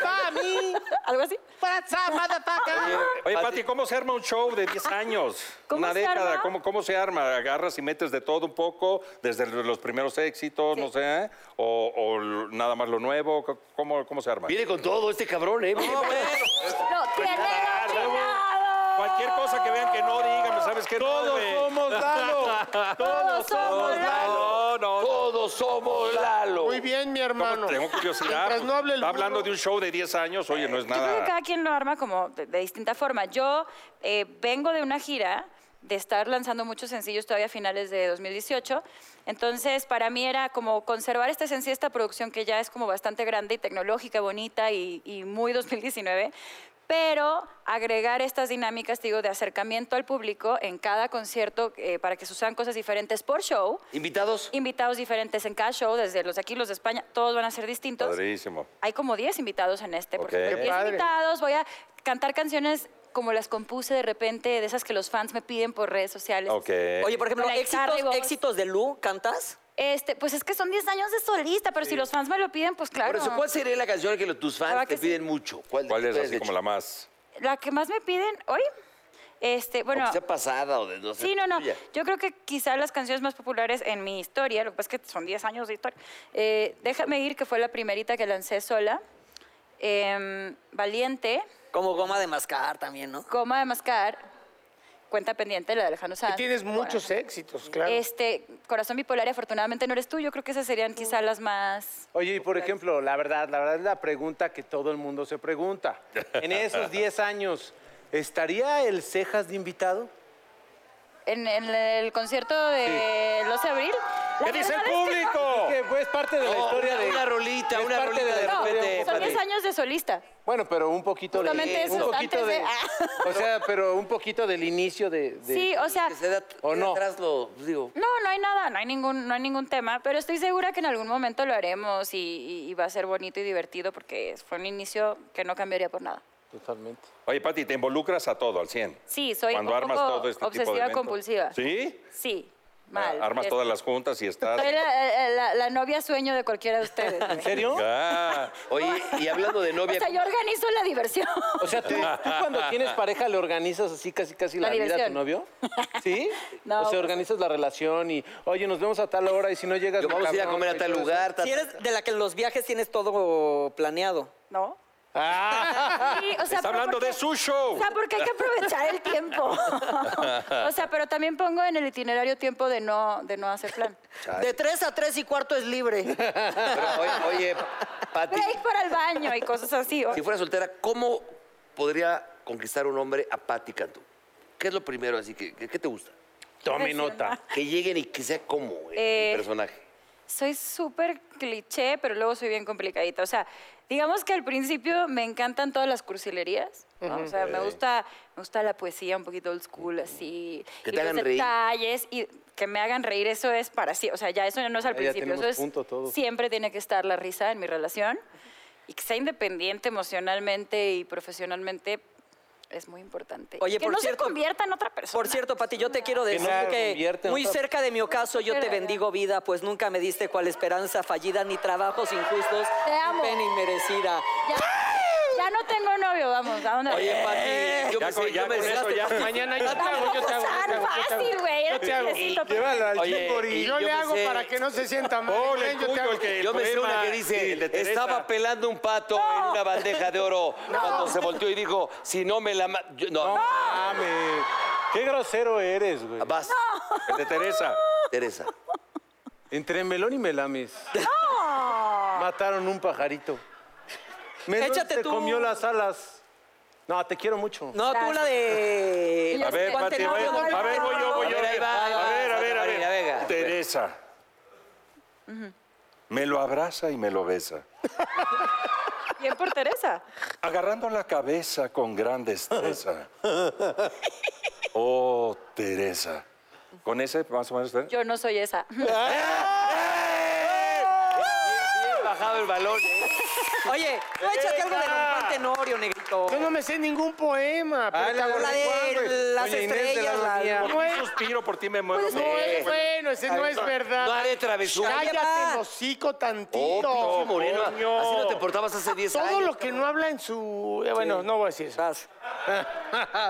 Speaker 2: Papá, mi.
Speaker 7: Algo así.
Speaker 2: What's up, motherfucker?
Speaker 3: Oye, Pati, ¿cómo se arma un show de 10 años?
Speaker 7: ¿Cómo
Speaker 3: Una
Speaker 7: se
Speaker 3: década,
Speaker 7: arma?
Speaker 3: ¿Cómo, ¿cómo se arma? ¿Agarras y metes de todo un poco? ¿Desde los primeros éxitos, no sé? ¿O, o nada más lo nuevo? ¿Cómo, cómo se arma?
Speaker 8: Viene con todo este cabrón, ¿eh?
Speaker 7: No, tiene
Speaker 3: Ah, luego,
Speaker 7: dominado.
Speaker 3: Cualquier cosa que vean que no, díganme, ¿sabes qué?
Speaker 5: Todos
Speaker 3: Todos
Speaker 5: somos Lalo.
Speaker 7: Todos somos Lalo.
Speaker 3: No, no,
Speaker 8: Todos somos Lalo.
Speaker 2: Muy bien, mi hermano.
Speaker 3: no, tengo curiosidad.
Speaker 2: Mientras
Speaker 3: pues,
Speaker 2: no hable el
Speaker 3: está hablando
Speaker 2: burro.
Speaker 3: de un show de 10 años, oye, no es
Speaker 7: Yo creo que
Speaker 3: nada.
Speaker 7: cada quien lo arma como de, de distinta forma. Yo eh, vengo de una gira de estar lanzando muchos sencillos todavía a finales de 2018. Entonces, para mí era como conservar esta esencia, de esta producción que ya es como bastante grande y tecnológica, bonita y, y muy 2019, pero agregar estas dinámicas, te digo, de acercamiento al público en cada concierto eh, para que sucedan cosas diferentes por show,
Speaker 8: ¿Invitados?
Speaker 7: invitados diferentes en cada show, desde los de aquí, los de España, todos van a ser distintos.
Speaker 3: Padrísimo.
Speaker 7: Hay como 10 invitados en este, por
Speaker 3: Ok.
Speaker 7: ejemplo.
Speaker 3: Qué
Speaker 7: 10
Speaker 2: padre.
Speaker 7: invitados, voy a cantar canciones como las compuse de repente, de esas que los fans me piden por redes sociales.
Speaker 3: Ok.
Speaker 1: Oye, por ejemplo,
Speaker 7: Hola, Carly
Speaker 1: éxitos,
Speaker 7: Boss.
Speaker 1: éxitos de Lu, ¿cantas?
Speaker 7: Este, pues es que son 10 años de solista, pero si los fans me lo piden, pues claro.
Speaker 4: Por eso, ¿cuál sería la canción que lo- tus
Speaker 7: Ah,
Speaker 4: fans
Speaker 7: que
Speaker 4: te
Speaker 7: sí.
Speaker 4: piden mucho? ¿Cuál,
Speaker 3: ¿Cuál es
Speaker 4: tú has
Speaker 3: así
Speaker 4: hecho?
Speaker 3: como la más?
Speaker 7: La que más me piden hoy, este,
Speaker 4: O
Speaker 7: bueno...
Speaker 4: que sea pasada o de no sé,
Speaker 7: Sí, no, no.
Speaker 4: tuya.
Speaker 7: Yo creo que quizá las canciones más populares en mi historia, lo que pasa es que son 10 años de historia, eh, Déjame ir, que fue la primerita que lancé sola, em, Valiente,
Speaker 1: Como goma de mascar también, ¿no?
Speaker 7: Coma de Mascar, Cuenta Pendiente, la de Alejandro Sanz.
Speaker 2: Tienes
Speaker 7: Bueno,
Speaker 2: muchos éxitos, claro.
Speaker 7: Este, Corazón Bipolar, y afortunadamente no eres tú. Yo creo que esas serían quizá las más.
Speaker 5: Oye, y por ejemplo, la verdad, la verdad es la pregunta que todo el mundo se pregunta. En esos 10 años, ¿estaría el Cejas de invitado?
Speaker 7: En, en el concierto de los de abril. la
Speaker 3: ¿Qué dice el
Speaker 7: verdad es que no.
Speaker 3: público?
Speaker 5: Que fue es parte de la historia
Speaker 4: una-
Speaker 5: de...
Speaker 4: una rolita,
Speaker 5: es
Speaker 4: una
Speaker 5: parte
Speaker 4: rolita de
Speaker 5: la historia
Speaker 4: repente,
Speaker 5: un poco
Speaker 7: Son
Speaker 4: Pati.
Speaker 7: 10 años de solista.
Speaker 5: Bueno, pero un poquito
Speaker 7: Justamente
Speaker 5: de...
Speaker 7: eso,
Speaker 5: Un poquito
Speaker 7: antes de- Ah.
Speaker 5: de... O sea, pero un poquito del inicio de... de-
Speaker 7: Sí, o sea.
Speaker 4: Que se da,
Speaker 5: ¿O
Speaker 4: que
Speaker 5: no?
Speaker 4: atrás lo, pues, digo,
Speaker 7: No, no hay nada, no hay ningún, no hay ningún tema, pero estoy segura que en algún momento lo haremos y, y- y va a ser bonito y divertido porque fue un inicio que no cambiaría por nada.
Speaker 5: Totalmente.
Speaker 3: Oye, Pati, te involucras a todo, al 100.
Speaker 7: Sí, soy
Speaker 3: Cuando
Speaker 7: un
Speaker 3: armas
Speaker 7: poco
Speaker 3: todo este tipo de
Speaker 7: obsesiva
Speaker 3: eventos.
Speaker 7: compulsiva.
Speaker 3: ¿Sí?
Speaker 7: Sí, mal.
Speaker 3: Ah, Armas
Speaker 7: Es-
Speaker 3: todas las juntas y estás...
Speaker 7: Soy la, eh, la- la novia sueño de cualquiera de ustedes. güey.
Speaker 5: ¿En serio?
Speaker 3: Ah,
Speaker 8: Oye, y hablando de
Speaker 7: O
Speaker 8: novia,
Speaker 7: sea, yo organizo la diversión.
Speaker 5: O sea, ¿tú, tú cuando tienes pareja le organizas así casi casi la,
Speaker 7: La
Speaker 5: vida a tu
Speaker 7: diversión.
Speaker 5: novio? ¿Sí?
Speaker 7: No,
Speaker 5: o sea,
Speaker 7: pues-
Speaker 5: organizas la relación y, oye, nos vemos a tal hora y si no llegas...
Speaker 4: yo
Speaker 5: me
Speaker 4: vamos a ir a
Speaker 5: cabrón,
Speaker 4: comer a
Speaker 5: y
Speaker 4: tal
Speaker 5: todo eso.
Speaker 4: lugar. ta-
Speaker 1: Si eres de la que en los viajes tienes todo planeado.
Speaker 7: ¿No? Sí, o sea,
Speaker 3: Ah, está
Speaker 7: pero
Speaker 3: hablando
Speaker 7: porque-
Speaker 3: de su show.
Speaker 7: O sea, porque hay que aprovechar el tiempo. o sea, pero también pongo en el itinerario tiempo de no, de no hacer plan.
Speaker 1: De 3 a 3 y cuarto es libre.
Speaker 4: Pero, oye, oye, Pati,
Speaker 7: Break para el baño y cosas así. o-
Speaker 4: si fuera soltera, ¿cómo podría conquistar un hombre a Pati Cantú? ¿Qué es lo primero así que, que- qué te gusta?
Speaker 5: Tome nota.
Speaker 4: Que lleguen y que sea como el,
Speaker 7: Eh,
Speaker 4: personaje.
Speaker 7: Soy súper cliché, pero luego soy bien complicadita. O sea, digamos que al principio me encantan todas las cursilerías. ¿no? O sea, me gusta, me gusta la poesía un poquito old school, así.
Speaker 4: Que te
Speaker 7: y los
Speaker 4: hagan reír.
Speaker 7: detalles y que me hagan reír, eso es para sí. O sea, ya eso no es al
Speaker 5: Ya
Speaker 7: principio.
Speaker 5: tenemos
Speaker 7: Eso es,
Speaker 5: punto todos.
Speaker 7: siempre tiene que estar la risa en mi relación. Y que sea independiente emocionalmente y profesionalmente es muy importante.
Speaker 1: Oye,
Speaker 7: Y que
Speaker 1: por
Speaker 7: no
Speaker 1: cierto-
Speaker 7: se convierta en otra persona.
Speaker 1: Por cierto, Pati, yo te quiero
Speaker 5: Que
Speaker 1: decir
Speaker 5: no se
Speaker 1: que
Speaker 5: convierte en
Speaker 1: muy
Speaker 5: otra-
Speaker 1: cerca de mi ocaso yo te bendigo vida, pues nunca me diste cual esperanza fallida, ni trabajos injustos,
Speaker 7: Te amo.
Speaker 1: ni pena inmerecida.
Speaker 7: Ya, ya no tengo novio, vamos. ¿A dónde?
Speaker 4: Oye, Pati, yo
Speaker 3: ya
Speaker 4: me
Speaker 3: con,
Speaker 4: Eh, sé,
Speaker 3: ya
Speaker 4: yo me
Speaker 3: con
Speaker 4: sé-
Speaker 3: eso ya.
Speaker 2: Mañana yo te hago, yo
Speaker 7: Tampoco
Speaker 2: te hago. yo te
Speaker 7: tan
Speaker 2: hago, yo te hago.
Speaker 7: fácil, güey. Era chistecito, pero-
Speaker 5: Llévala al
Speaker 4: Oye,
Speaker 5: Chimbori.
Speaker 2: Y
Speaker 4: Y
Speaker 2: yo,
Speaker 4: yo
Speaker 2: le
Speaker 4: me
Speaker 2: hago
Speaker 4: sé-
Speaker 2: para que no se sienta mal.
Speaker 3: Ponle el
Speaker 2: Ven, yo te
Speaker 3: tuyo,
Speaker 2: hago.
Speaker 3: el que-
Speaker 4: Yo me sé
Speaker 3: poema
Speaker 4: una que
Speaker 3: y el de
Speaker 4: dice,
Speaker 3: Teresa.
Speaker 4: estaba pelando un pato en una bandeja de oro cuando se volteó y dijo, si no me la... ma- yo- no,
Speaker 5: No
Speaker 4: Ah,
Speaker 5: mames. Qué grosero eres, güey.
Speaker 4: vas,
Speaker 3: El de Teresa.
Speaker 4: Teresa.
Speaker 5: Entre Melón y Melames. Mataron un pajarito. Melón
Speaker 1: Échate
Speaker 5: te
Speaker 1: tú.
Speaker 5: comió las alas. No, te quiero mucho.
Speaker 1: No, tú la de...
Speaker 3: A ver,
Speaker 1: Guante
Speaker 3: Pati, a
Speaker 1: no,
Speaker 3: ver,
Speaker 1: guante
Speaker 3: a ver,
Speaker 1: no.
Speaker 3: voy yo, voy yo.
Speaker 6: A ver, ahí va, ahí va,
Speaker 3: A ver, a ver, a
Speaker 6: Santa María Vega.
Speaker 3: ver. Teresa. Me lo abraza y me lo besa.
Speaker 7: Bien por Teresa.
Speaker 3: Agarrando la cabeza con gran destreza. Oh, Teresa. ¿Con ese más o menos ¿eh? usted?
Speaker 7: Yo no soy esa.
Speaker 6: Bajado el balón, ¿eh?
Speaker 1: Oye, tú échate algo de Román Tenorio, negrito.
Speaker 2: Yo no me sé ningún poema, pero
Speaker 5: Ah,
Speaker 2: te hago
Speaker 1: la
Speaker 2: la-
Speaker 1: de las
Speaker 5: Doña Inés de la
Speaker 1: estrellas, la-
Speaker 5: Avenida.
Speaker 3: Por un suspiro, por ti me
Speaker 7: Pues
Speaker 3: muero.
Speaker 2: No es bueno, ese no es verdad.
Speaker 6: No haré travesura.
Speaker 2: Cállate el hocico tantito.
Speaker 3: Oh,
Speaker 2: Todo
Speaker 6: Moreno, así
Speaker 3: coño.
Speaker 6: no te portabas hace 10 años.
Speaker 2: lo que no habla en su... eh, Bueno, no voy a decir eso.
Speaker 1: Vas.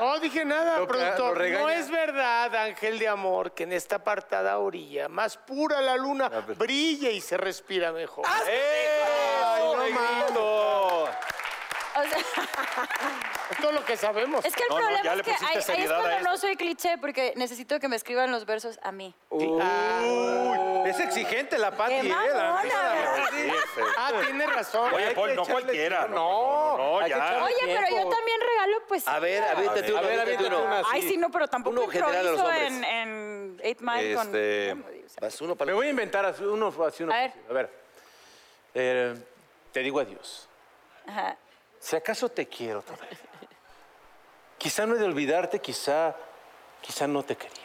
Speaker 2: No dije nada,
Speaker 5: Lo ca- lo
Speaker 2: productor.
Speaker 5: regaña.
Speaker 2: No es verdad, ángel de amor, que en esta apartada orilla, más pura la luna, brilla y se respira mejor.
Speaker 5: ¡Ay, no mames!
Speaker 7: O sea,
Speaker 2: Es todo lo que sabemos.
Speaker 7: es que el
Speaker 3: No, no,
Speaker 7: problema
Speaker 3: ya le
Speaker 7: es que
Speaker 3: pusiste
Speaker 7: ahí, ahí es
Speaker 3: seriedad a
Speaker 7: cuando
Speaker 3: esto.
Speaker 7: no soy cliché porque necesito que me escriban los versos a mí.
Speaker 5: Uy, es exigente la Pati,
Speaker 7: ¡Qué
Speaker 5: ¿eh? La
Speaker 7: mamona,
Speaker 5: neta,
Speaker 7: verdad!
Speaker 5: sí.
Speaker 2: Ah, tiene razón.
Speaker 3: Oye,
Speaker 5: Hay
Speaker 3: Paul,
Speaker 5: que
Speaker 3: no
Speaker 5: echarle
Speaker 3: cualquiera.
Speaker 5: tierra.
Speaker 3: No, no,
Speaker 5: No, hay que
Speaker 3: ya.
Speaker 5: echarle
Speaker 7: Oye, pero yo también regalo, pues.
Speaker 6: A ver,
Speaker 7: sí, claro.
Speaker 6: aviéntate uno.
Speaker 5: A ver,
Speaker 6: aviéntate
Speaker 5: aviéntate
Speaker 6: uno.
Speaker 2: Ah,
Speaker 5: una.
Speaker 7: Ay,
Speaker 5: sí.
Speaker 7: sí, no, pero tampoco
Speaker 6: Uno general a los
Speaker 7: improviso
Speaker 6: hombres.
Speaker 7: en, en Eight Mile con...
Speaker 3: Este,
Speaker 6: Vas uno para
Speaker 5: Me voy a inventar así uno, así uno.
Speaker 7: A ver.
Speaker 5: A ver. Eh, te digo adiós.
Speaker 7: Ajá.
Speaker 5: Si acaso te quiero todavía. Quizá no he de olvidarte, quizá, quizá no te quería.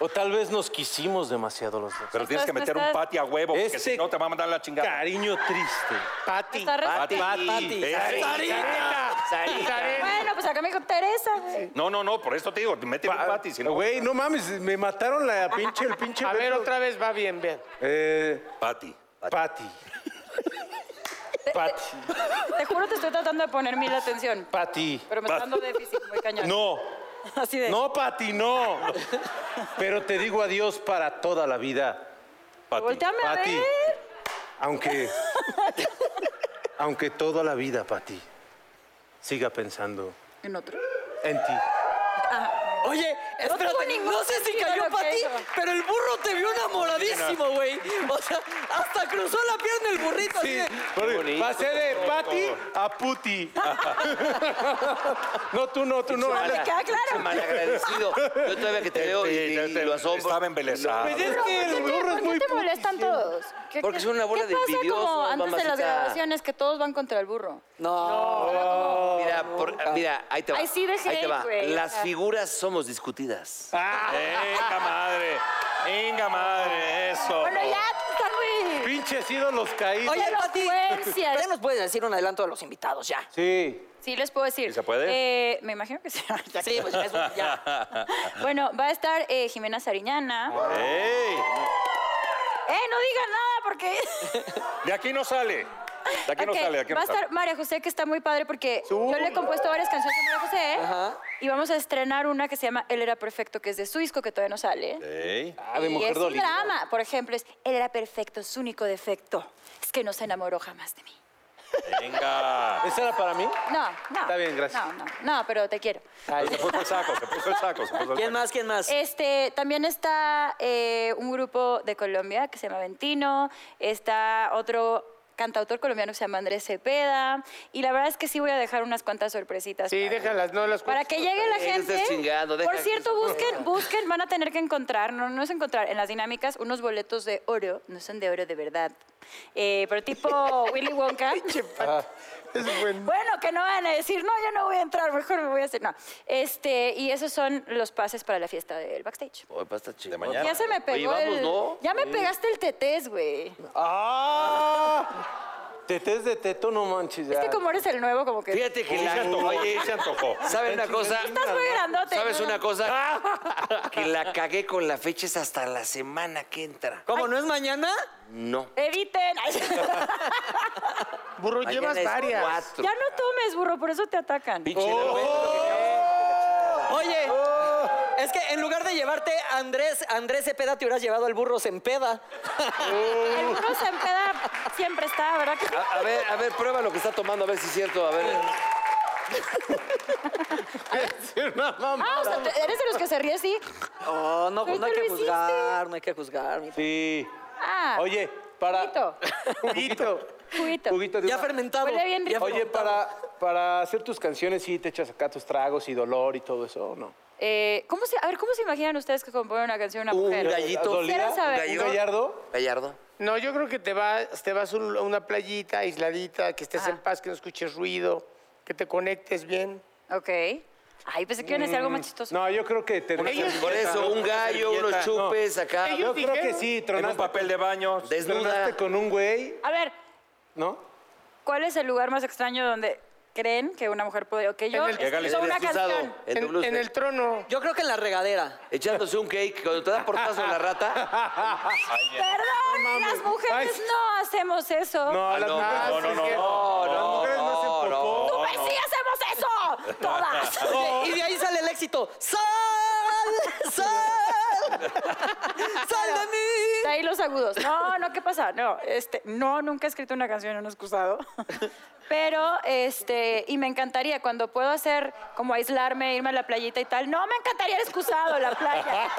Speaker 5: O tal vez nos quisimos demasiado los dos.
Speaker 3: Pero tienes que
Speaker 7: Estás-
Speaker 3: meter un
Speaker 7: estás-
Speaker 3: pati a huevo, porque
Speaker 5: Ese
Speaker 3: si no te va a mandar la chingada.
Speaker 5: Cariño triste.
Speaker 2: Pati.
Speaker 7: Pues Está re-
Speaker 3: Pati.
Speaker 1: Pati.
Speaker 3: Ese.
Speaker 7: Bueno, pues acá me dijo Teresa. güey.
Speaker 3: No, no, no, por eso te digo, mete un pati. Si no,
Speaker 5: Güey, no mames, me mataron la pinche, el pinche.
Speaker 2: A ver,
Speaker 5: Beto.
Speaker 2: otra vez va bien, vean.
Speaker 5: Eh,
Speaker 3: pati.
Speaker 5: Pati. Pati.
Speaker 7: Te juro, te estoy tratando de poner mil atención.
Speaker 5: Pati.
Speaker 7: Pero me está dando déficit muy cañón.
Speaker 5: No.
Speaker 7: Así de...
Speaker 5: No, Pati, no. Pero te digo adiós para toda la vida.
Speaker 3: Pati.
Speaker 7: Volteame a
Speaker 5: Pati.
Speaker 7: ver.
Speaker 5: Aunque. aunque toda la vida, Pati, siga pensando
Speaker 7: En otro.
Speaker 5: en ti.
Speaker 1: Oye,
Speaker 7: tuvo
Speaker 1: espérate,
Speaker 7: ningún
Speaker 1: no sé si
Speaker 7: sentido
Speaker 1: cayó
Speaker 7: lo que
Speaker 1: para ti,
Speaker 7: hizo.
Speaker 1: pero el burro te vio enamoradísimo, güey. O sea, hasta cruzó la pierna el burrito. así de-
Speaker 5: porque pasé de Pati a Puti. no, tú no, tú no.
Speaker 7: Ah, me queda
Speaker 6: Pinche
Speaker 7: claro.
Speaker 6: malagradecido. Yo todavía que te veo y,
Speaker 3: Sí, ya
Speaker 6: y
Speaker 3: te-
Speaker 6: lo asombro.
Speaker 3: Estaba embelesado.
Speaker 5: Pues es que el
Speaker 7: ¿Por qué-
Speaker 5: burro es
Speaker 7: ¿Por
Speaker 5: muy
Speaker 7: qué te
Speaker 5: puti,
Speaker 7: molestan
Speaker 5: siempre.
Speaker 7: todos? ¿Qué-
Speaker 6: Porque
Speaker 7: qué-
Speaker 6: son una bola de
Speaker 7: ¿Qué pasa como
Speaker 6: envidiosos,
Speaker 7: antes de las
Speaker 6: mamacita?
Speaker 7: grabaciones que todos van contra el burro?
Speaker 1: No.
Speaker 6: Mira, por- mira, ahí te va.
Speaker 7: Ay, sí, de
Speaker 6: ahí te
Speaker 7: hate,
Speaker 6: va.
Speaker 7: güey, o
Speaker 6: Las
Speaker 7: sea.
Speaker 6: figuras somos discutidas.
Speaker 3: Ah, Venga, madre. Venga, madre, eso.
Speaker 7: Bueno, ya, están muy...
Speaker 5: Pinches ídolos caídos.
Speaker 1: Oye, Pati,
Speaker 7: Influencias.
Speaker 1: ya nos puedes decir un adelanto de los invitados, ya.
Speaker 5: Sí.
Speaker 7: Sí, les puedo decir.
Speaker 3: ¿Sí se puede?
Speaker 7: Eh, me imagino que sí.
Speaker 1: Sí, pues ya, es bueno, ya.
Speaker 7: bueno, va a estar eh, Jimena Sariñana.
Speaker 3: Ah. ¡Ey!
Speaker 7: ¡Eh, no digan nada porque...
Speaker 3: De aquí no sale. De aquí no
Speaker 7: Ok,
Speaker 3: sale, de aquí
Speaker 7: va
Speaker 3: no
Speaker 7: a
Speaker 3: sale.
Speaker 7: estar María José, que está muy padre porque yo le he compuesto varias canciones a María José.
Speaker 1: Ajá.
Speaker 7: Y vamos a estrenar una que se llama Él era perfecto, que es de su disco, que todavía no sale.
Speaker 3: Ey.
Speaker 5: Ah, de
Speaker 7: y
Speaker 5: mujer
Speaker 7: es un
Speaker 5: dolida.
Speaker 7: drama. Por ejemplo, es Él era perfecto, su único defecto es que no se enamoró jamás de mí.
Speaker 3: Venga.
Speaker 5: ¿Esa era para mí?
Speaker 7: No, no.
Speaker 5: Está bien, gracias.
Speaker 7: No, no, no, pero te quiero.
Speaker 3: Se puso el saco, se puso el saco, se puso el
Speaker 1: ¿Quién
Speaker 3: saco.
Speaker 1: más? ¿Quién más?
Speaker 7: Este, también está eh, un grupo de Colombia que se llama Ventino, está otro cantautor colombiano que se llama Andrés Cepeda, y la verdad es que sí voy a dejar unas cuantas sorpresitas.
Speaker 2: Sí,
Speaker 7: para-
Speaker 2: déjalas, no las
Speaker 7: Para que llegue la
Speaker 6: Eh, no estés
Speaker 7: gente.
Speaker 6: chingando, deja
Speaker 7: Por
Speaker 6: que-
Speaker 7: cierto, busquen, busquen, van a tener que encontrar, no, no es encontrar, en las dinámicas unos boletos de oro, no son de oro de verdad, eh, pero tipo Willy Wonka.
Speaker 2: Es bueno.
Speaker 7: Bueno, que no van a decir, no, yo no voy a entrar, mejor me voy a hacer, no. Este, y esos son los pases para la fiesta del backstage.
Speaker 6: Oye, pasta chido.
Speaker 3: mañana.
Speaker 7: Ya se me pegó
Speaker 6: vamos,
Speaker 7: el...
Speaker 6: ¿no?
Speaker 7: Ya me pegaste el tetés, güey.
Speaker 5: ¡Ah! Tetés de teto, no manches. ya.
Speaker 7: Es que como eres el nuevo, como que...
Speaker 6: Fíjate que
Speaker 3: Sí se
Speaker 6: la.
Speaker 3: antojó,
Speaker 6: Oye,
Speaker 3: sí se antojó.
Speaker 6: ¿saben una cosa?
Speaker 7: Estás muy grandote.
Speaker 6: ¿Sabes
Speaker 7: ¿no?
Speaker 6: una cosa?
Speaker 3: Ah.
Speaker 6: Que la cagué con la fecha es hasta la semana que entra.
Speaker 1: ¿Cómo, no es mañana?
Speaker 6: No.
Speaker 7: Editen. Ay, ya
Speaker 2: Burro,
Speaker 6: Mañana
Speaker 2: llevas
Speaker 6: es
Speaker 2: varias.
Speaker 6: cuatro.
Speaker 7: no tomes, burro, por eso te atacan.
Speaker 6: Pinche Norberto.
Speaker 1: Oye, es que en lugar de llevarte a Andrés, Andrés Cepeda, te hubieras llevado al burro Sempeda.
Speaker 7: El burro se empeda siempre está, ¿verdad? que sí?
Speaker 5: Ah,
Speaker 6: A, a ver, a ver, prueba lo que está tomando, a ver si es cierto. A ver.
Speaker 7: Ah, o sea, te- eres de los que se ríe así.
Speaker 1: Oh, no,
Speaker 7: Pero
Speaker 1: no hay
Speaker 7: tú
Speaker 1: que
Speaker 7: lo hiciste.
Speaker 1: juzgar, no hay que juzgar. mi-
Speaker 5: Sí.
Speaker 7: Ah,
Speaker 5: Oye, para.
Speaker 7: Juguito.
Speaker 5: Juguito.
Speaker 7: Juguito.
Speaker 5: Juguito de
Speaker 1: Ya
Speaker 5: una-
Speaker 1: fermentado.
Speaker 7: Huele bien
Speaker 1: ya
Speaker 7: rico.
Speaker 5: Oye, para, para hacer tus canciones, sí te echas acá tus tragos y dolor y todo eso, ¿o no?
Speaker 7: Eh, ¿cómo se, a ver, ¿cómo se imaginan ustedes que componen una canción una
Speaker 5: Uh,
Speaker 7: mujer?
Speaker 5: ¿Has dolido?
Speaker 7: Quisiera saber.
Speaker 5: ¿Un gallardo?
Speaker 4: Gallardo.
Speaker 2: No, yo creo que te vas, te vas un- a una playita aisladita, que estés
Speaker 7: Ajá.
Speaker 2: en paz, que no escuches ruido, que te conectes bien.
Speaker 7: Ok. Ay, pensé que iban a decir algo más chistoso.
Speaker 5: Mm, No, yo creo que te.
Speaker 2: Ellos-
Speaker 4: Por eso, un gallo, unos chupes acá.
Speaker 2: Ellos-
Speaker 5: yo creo
Speaker 2: dijeron-
Speaker 5: que sí,
Speaker 3: En un
Speaker 5: tronaste,
Speaker 3: papel de baño.
Speaker 5: tronaste
Speaker 4: Desnuda.
Speaker 5: con un güey,
Speaker 7: A ver,
Speaker 5: ¿no?
Speaker 7: ¿cuál es el lugar más extraño donde creen que una mujer puede...? Ok, yo
Speaker 2: En el-
Speaker 3: Llegale.
Speaker 7: escucho una
Speaker 4: desnudado,
Speaker 7: canción.
Speaker 4: En tu
Speaker 2: En,
Speaker 4: blusa.
Speaker 2: en el trono.
Speaker 1: Yo creo que en la regadera.
Speaker 4: Echándose un cake. Cuando te da portazo a la rata.
Speaker 7: Perdón, las mujeres no hacemos eso.
Speaker 5: No, las
Speaker 4: no,
Speaker 5: mujeres
Speaker 3: no, no,
Speaker 5: sí hacen-
Speaker 4: no,
Speaker 5: las
Speaker 4: no,
Speaker 5: mujeres no hacen
Speaker 4: no,
Speaker 5: popó.
Speaker 7: ¡Tú sí hacemos eso! ¡Todas!
Speaker 1: Y de ahí sale el éxito. ¡Sal! ¡Sal! ¡Sal de
Speaker 7: De
Speaker 1: mí!
Speaker 7: ahí los agudos. No, no, ¿qué pasa? No, este, no, nunca he escrito una canción en un excusado. Pero, este, y me encantaría cuando puedo hacer como aislarme, irme a la playita y tal. No, me encantaría el excusado, la playa.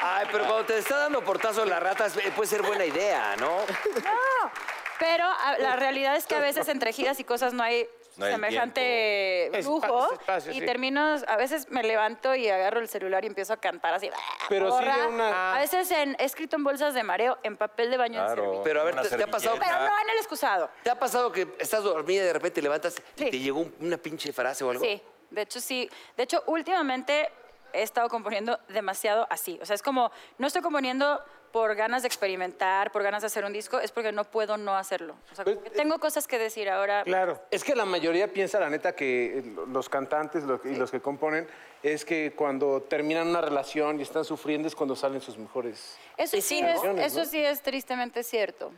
Speaker 4: Ay, pero cuando te está dando portazo a la rata, eh, puede ser buena idea, ¿no?
Speaker 7: No. Pero a- la realidad es que a veces entre giras y cosas no hay
Speaker 3: No hay
Speaker 7: semejante
Speaker 2: tiempo.
Speaker 7: lujo.
Speaker 2: Espa- espacio,
Speaker 7: y
Speaker 2: sí.
Speaker 7: termino, a veces me levanto y agarro el celular y empiezo a cantar así. ¡ah!
Speaker 5: Pero sí de
Speaker 7: porra.
Speaker 5: una-
Speaker 7: A veces en- he escrito en bolsas de mareo, en papel de baño en servilleta.
Speaker 4: Pero a ver,
Speaker 3: Una
Speaker 4: ¿te- te ha pasado
Speaker 3: servilleta.
Speaker 7: Pero no en el excusado.
Speaker 4: ¿Te ha pasado que estás dormida y de repente levantas y
Speaker 7: Sí.
Speaker 4: te llegó un- una pinche frase o algo?
Speaker 7: Sí, de hecho sí. De hecho, últimamente he estado componiendo demasiado así. O sea, es como, no estoy componiendo por ganas de experimentar, por ganas de hacer un disco, es porque no puedo no hacerlo. O sea, como que tengo cosas que decir ahora.
Speaker 2: Claro.
Speaker 5: Es que la mayoría piensa, la neta, que eh, lo- los cantantes lo- y los que componen es que cuando terminan una relación y están sufriendo es cuando salen sus mejores.
Speaker 7: Eso
Speaker 1: Y
Speaker 7: sí,
Speaker 1: sí, ¿no?
Speaker 7: es,
Speaker 5: Emociones,
Speaker 7: eso
Speaker 5: ¿no?
Speaker 7: sí es tristemente cierto.